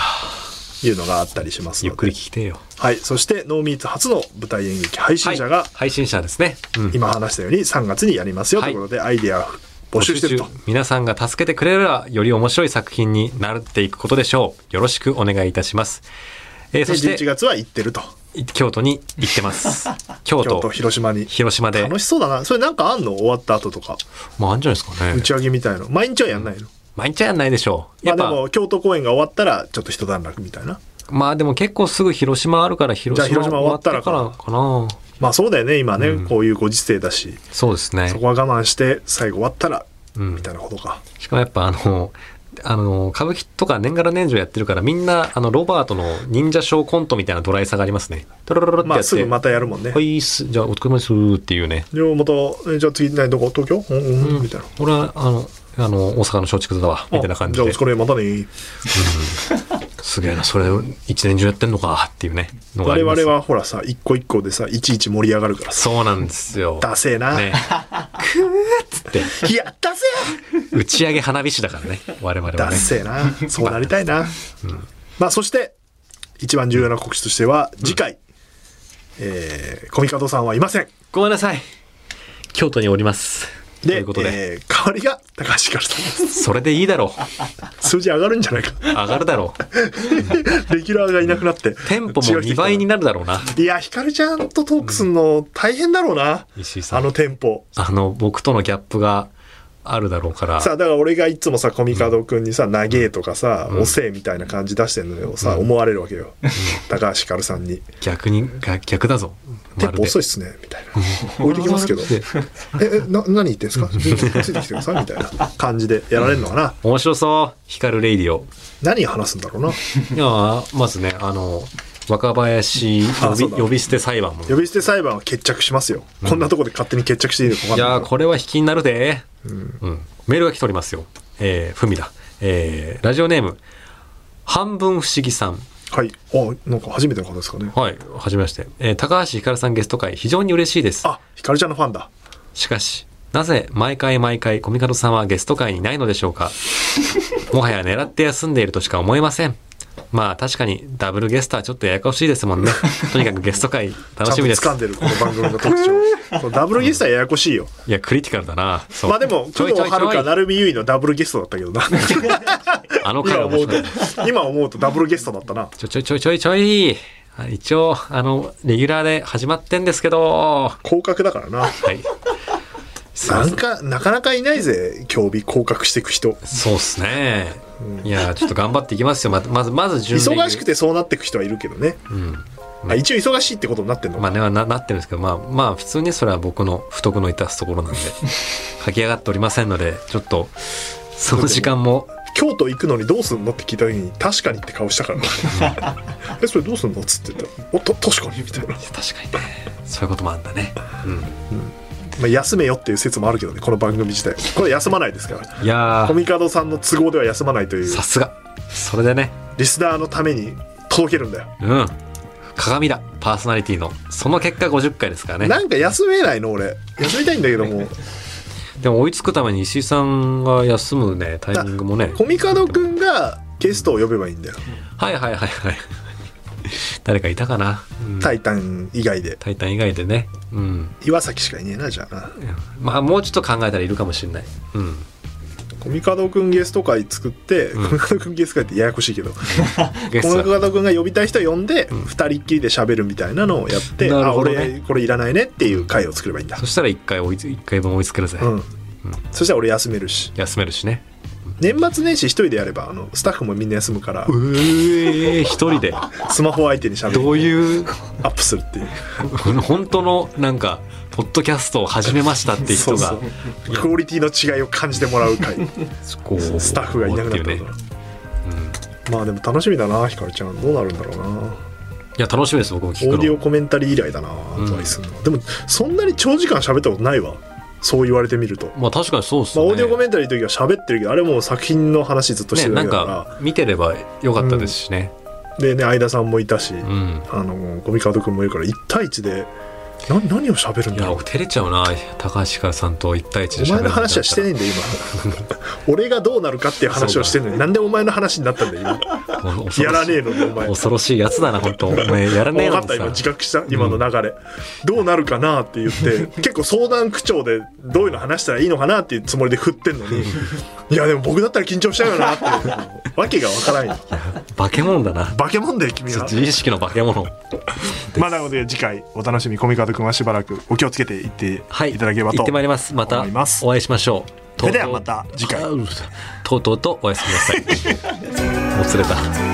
Speaker 1: いうのがあったりします
Speaker 2: ゆっ
Speaker 1: の
Speaker 2: くり
Speaker 1: で
Speaker 2: 聞きてえよ。
Speaker 1: はいそしてノーミーツ初の舞台演劇配信者が
Speaker 2: はい配信者ですね。うん
Speaker 1: 今話したように3月にやりますよと
Speaker 2: はい
Speaker 1: いうことでアイデア募集してると
Speaker 2: 募集中皆さんが助けてくれればより面白い作品になっていくことでしょうよろしくお願いいたします、えーそ
Speaker 1: で
Speaker 2: して
Speaker 1: 11月は行ってると
Speaker 2: 京都に行ってます
Speaker 1: 京
Speaker 2: 京都
Speaker 1: 都広島に
Speaker 2: 広島で
Speaker 1: 楽しそうだなそれなんかあんの終わった後とか
Speaker 2: まああるんじゃないですか
Speaker 1: 打
Speaker 2: ね
Speaker 1: ち上げみたいの毎日はやんないの、
Speaker 2: 毎日はやんないでしょう
Speaker 1: ま
Speaker 2: や
Speaker 1: あ
Speaker 2: っ
Speaker 1: で
Speaker 2: ぱ、
Speaker 1: も京都公演が終わったらちょっと一段落みたいな
Speaker 2: まあでも結構すぐ広島あるから広島
Speaker 1: じゃあ広島終わったらか
Speaker 2: 終わってからかな
Speaker 1: まあそうだよね今ね、こういうご時世だし
Speaker 2: そうですね
Speaker 1: そこは我慢して最後終わったら、
Speaker 2: うん
Speaker 1: みたいなことか
Speaker 2: しかもやっぱあのあの歌舞伎とか年がら年中やってるからみんなあのロバートの忍者ショーコントみたいなドライさがありますねトロロロってや
Speaker 1: ま
Speaker 2: って、
Speaker 1: あすぐまたやるもんね、
Speaker 2: はいっすじゃあお疲れ様ですっていうね
Speaker 1: 両元えじゃあ次何どこ東京うんうん、みたいな
Speaker 2: 俺はあのあの大阪の松竹座だわみたいな感じ
Speaker 1: あ
Speaker 2: で
Speaker 1: じゃあお疲れまたね
Speaker 2: すげえなそれを一年中やってんのかっていうねのがあ
Speaker 1: 我
Speaker 2: ります
Speaker 1: 々はほらさ一個一個でさいちいち盛り上がるからさ
Speaker 2: そうなんですよ
Speaker 1: ダセえな、
Speaker 2: ねくーっつって
Speaker 1: いやダセえ
Speaker 2: 打ち上げ花火師だからね我々は
Speaker 1: ダ
Speaker 2: ね
Speaker 1: ッセーな。そうなりたいな。まあ、そして、一番重要な告知としては、次回、えー、コミカドさんはいません。
Speaker 2: ごめんなさい京都におりますとい
Speaker 1: で
Speaker 2: うこと、で、
Speaker 1: えー代わりが高橋からと思い
Speaker 2: それでいいだろ
Speaker 1: ます。数字上がるんじゃないか。
Speaker 2: う上がるだろう
Speaker 1: レギュラーがいなくなって。
Speaker 2: テンポも
Speaker 1: 違う人来たな
Speaker 2: 2倍に。なるだろうない
Speaker 1: や、ヒカルちゃんとトークすんの大変だろうな。
Speaker 2: 石井さん
Speaker 1: あのテンポ。
Speaker 2: あの僕とのギャップがあるだろうから
Speaker 1: さあ、だから俺がいつもさ、コミカドくんにさ、長えとかさ、
Speaker 2: ん
Speaker 1: おせえみたいな感じ出してんのよ。さ、思われるわけよ。高橋ヒカルさんに。
Speaker 2: 逆にが逆だぞ
Speaker 1: テンポ遅いっ
Speaker 2: い
Speaker 1: すね、みたいな。置いてきます けど。え、え、な、何言ってんすかついてきてくださいみたいな感じでやられるのかな
Speaker 2: 面白そう光るレイディオ
Speaker 1: 何話すんだろうない
Speaker 2: やーまずねあの若林呼
Speaker 1: あそう
Speaker 2: び
Speaker 1: だ
Speaker 2: 呼び捨て裁判もい
Speaker 1: 呼び捨て裁判は決着しますよ。こんなとこで勝手に決着していいのか分かんな
Speaker 2: や
Speaker 1: い
Speaker 2: ー
Speaker 1: けど。
Speaker 2: これは引きになるで、うんメールが来ておりますよえーふみだえーラジオネーム半分不思議さん
Speaker 1: はい。あ、なんか初めての方ですかね。
Speaker 2: はいはじめまして、えー高橋ひかるさんゲスト会非常に嬉しいです
Speaker 1: あ、ひかるちゃんのファンだ。
Speaker 2: しかしなぜ毎回毎回コミカドさんはゲスト会にないのでしょ うかもはや狙って休んでいるとしか思えませんまあ確かにダブルゲストはちょっとややこしいで すもんねとにかくゲスト会楽
Speaker 1: ちゃん
Speaker 2: し
Speaker 1: と
Speaker 2: みです
Speaker 1: 掴んでる、この番組の特 徴。そうダブルゲストはややこしいよ。
Speaker 2: いや、クリティカルだな。そう
Speaker 1: まあでも、
Speaker 2: ちょ
Speaker 1: 工
Speaker 2: い
Speaker 1: 藤
Speaker 2: ちょいちょい
Speaker 1: 遥なるみゆいのダブルゲストだったけどな。
Speaker 2: あの回
Speaker 1: 今
Speaker 2: は
Speaker 1: 思
Speaker 2: 面
Speaker 1: うと
Speaker 2: 白 い。、
Speaker 1: 今思うとダブルゲストだったな。
Speaker 2: ちょちょいちょいちょいちょい。あ一応、あの、レギュラーで始まってんですけど。は
Speaker 1: 降格だからな。
Speaker 2: い。すいま
Speaker 1: な
Speaker 2: せ
Speaker 1: ん
Speaker 2: ん
Speaker 1: か、なかなかいないぜ、競技降格していく人。
Speaker 2: そうっすね。いや、ちょっと頑張っていきますよ。ままず、まず準備。
Speaker 1: 忙しくてそうなっていく人はいるけどね。
Speaker 2: うん。
Speaker 1: あ一応忙しいってことになってんの
Speaker 2: ま
Speaker 1: か、
Speaker 2: あね、ななってるんですけど、まあ、まあ、普通にそれは僕の不徳の致すところ なんで、書き上がっておりませんので、ちょっと、その時間も、
Speaker 1: 京都行くのにどうすんのって聞いた時に「確かに」って顔したから 「えそれどうすんの?」っつって言ったら「おっと確かに」みたいな、
Speaker 2: 確かにね、そういうこともあんだね。う
Speaker 1: まあ、休めよっていう説もあるけどねこの番組自体これ休まないですから
Speaker 2: ん。いや
Speaker 1: コミカドさんの都合では休まないとい
Speaker 2: ー、
Speaker 1: う
Speaker 2: さすが。それでね、
Speaker 1: リスナーのために届けるんだよ
Speaker 2: うん。鏡だ、パーソナリティの。その結果50回ですからね。
Speaker 1: なんか休めないの俺休みたいんだけども
Speaker 2: でも追いつくために石井さんが休むね、タイミングもね。
Speaker 1: コミカドくんがゲストを呼べばいいんだよ
Speaker 2: はいはいはいはい。誰かいたかな、うん
Speaker 1: タイタン以外で
Speaker 2: タイタン以外でね。うん。
Speaker 1: 岩崎しかいねえなじゃあな
Speaker 2: まあ、もうちょっと考えたらいるかもしれない。うん。
Speaker 1: コミカドくんゲスト会作って、
Speaker 2: ん
Speaker 1: コミカドくんゲスト会ってややこしいけどコ
Speaker 2: ゲス
Speaker 1: ミ
Speaker 2: トが
Speaker 1: カドくんが呼びたい人呼んで、二人っきりで喋るみたいなのをやって、
Speaker 2: なる
Speaker 1: あ
Speaker 2: ほどね
Speaker 1: 俺これいらないねっていう会を作ればいいんだ
Speaker 2: そしたら一回追いつ一回分追いつけるぜ、
Speaker 1: うん、そしたら俺休めるし
Speaker 2: 休めるしね
Speaker 1: 年末年始一人でやればあのスタッフもみんな休むから
Speaker 2: うえ一人で
Speaker 1: スマホ相手に喋
Speaker 2: どう
Speaker 1: る
Speaker 2: いう
Speaker 1: アップするっていう
Speaker 2: 本当のなんかポッドキャストを始めましたっていう人が
Speaker 1: そうそうクオリティの違いを感じてもらう会
Speaker 2: こう
Speaker 1: スタッフがいなくなった
Speaker 2: って
Speaker 1: こ
Speaker 2: いう
Speaker 1: と
Speaker 2: ね
Speaker 1: だ、
Speaker 2: うん
Speaker 1: まあでも楽しみだなひかるちゃんどうなるんだろうない
Speaker 2: や楽しみです僕も聞
Speaker 1: オー
Speaker 2: く
Speaker 1: ディオ
Speaker 2: の
Speaker 1: コメンタリー以来だな
Speaker 2: うん
Speaker 1: お会いするのはでもそんなに長時間喋ったことないわそう言われてみると、
Speaker 2: まあ確かにそうっす
Speaker 1: まあ、
Speaker 2: よね、
Speaker 1: オーディオコメンタリーの時は喋ってるけどあれもう作品の話ずっとして
Speaker 2: ね
Speaker 1: る
Speaker 2: な
Speaker 1: だ
Speaker 2: ん
Speaker 1: けだから
Speaker 2: か見てればよかったですしね
Speaker 1: でね相田さんもいたし、
Speaker 2: うん、
Speaker 1: あのゴミカード君もいるから1対1でな何を喋るん
Speaker 2: い
Speaker 1: だ
Speaker 2: や
Speaker 1: ろう
Speaker 2: 僕照れちゃうな高橋ひかるさんと一対一で
Speaker 1: お
Speaker 2: 喋る
Speaker 1: 前の話はしてね
Speaker 2: い
Speaker 1: えんだよ今 俺がどうなるかっていう話をしてんのになんでお前の話になったんだよ今やらねえのにお前
Speaker 2: 恐ろしいやつだな本当お前やらねえ
Speaker 1: 分か
Speaker 2: の
Speaker 1: った今自
Speaker 2: さ
Speaker 1: 覚した今の流れ、どうなるかなって言って結構相談口調でどういうの話したらいいのかなっていうつもりで振ってんのにいやでも僕だったら緊張しちゃうよなっていうわけがわからんよ
Speaker 2: 化け物だな
Speaker 1: 化け物だよ君は
Speaker 2: 自意識の化け物
Speaker 1: まあなので次回お楽しみコミカド君はしばらくお気をつけていって
Speaker 2: はい、
Speaker 1: いただければ
Speaker 2: 行
Speaker 1: と
Speaker 2: ってまいり
Speaker 1: 思
Speaker 2: ます。また
Speaker 1: います
Speaker 2: お会いしましょう。
Speaker 1: それではまた次回
Speaker 2: あうっとうとうとおやすみなさい。もつれた。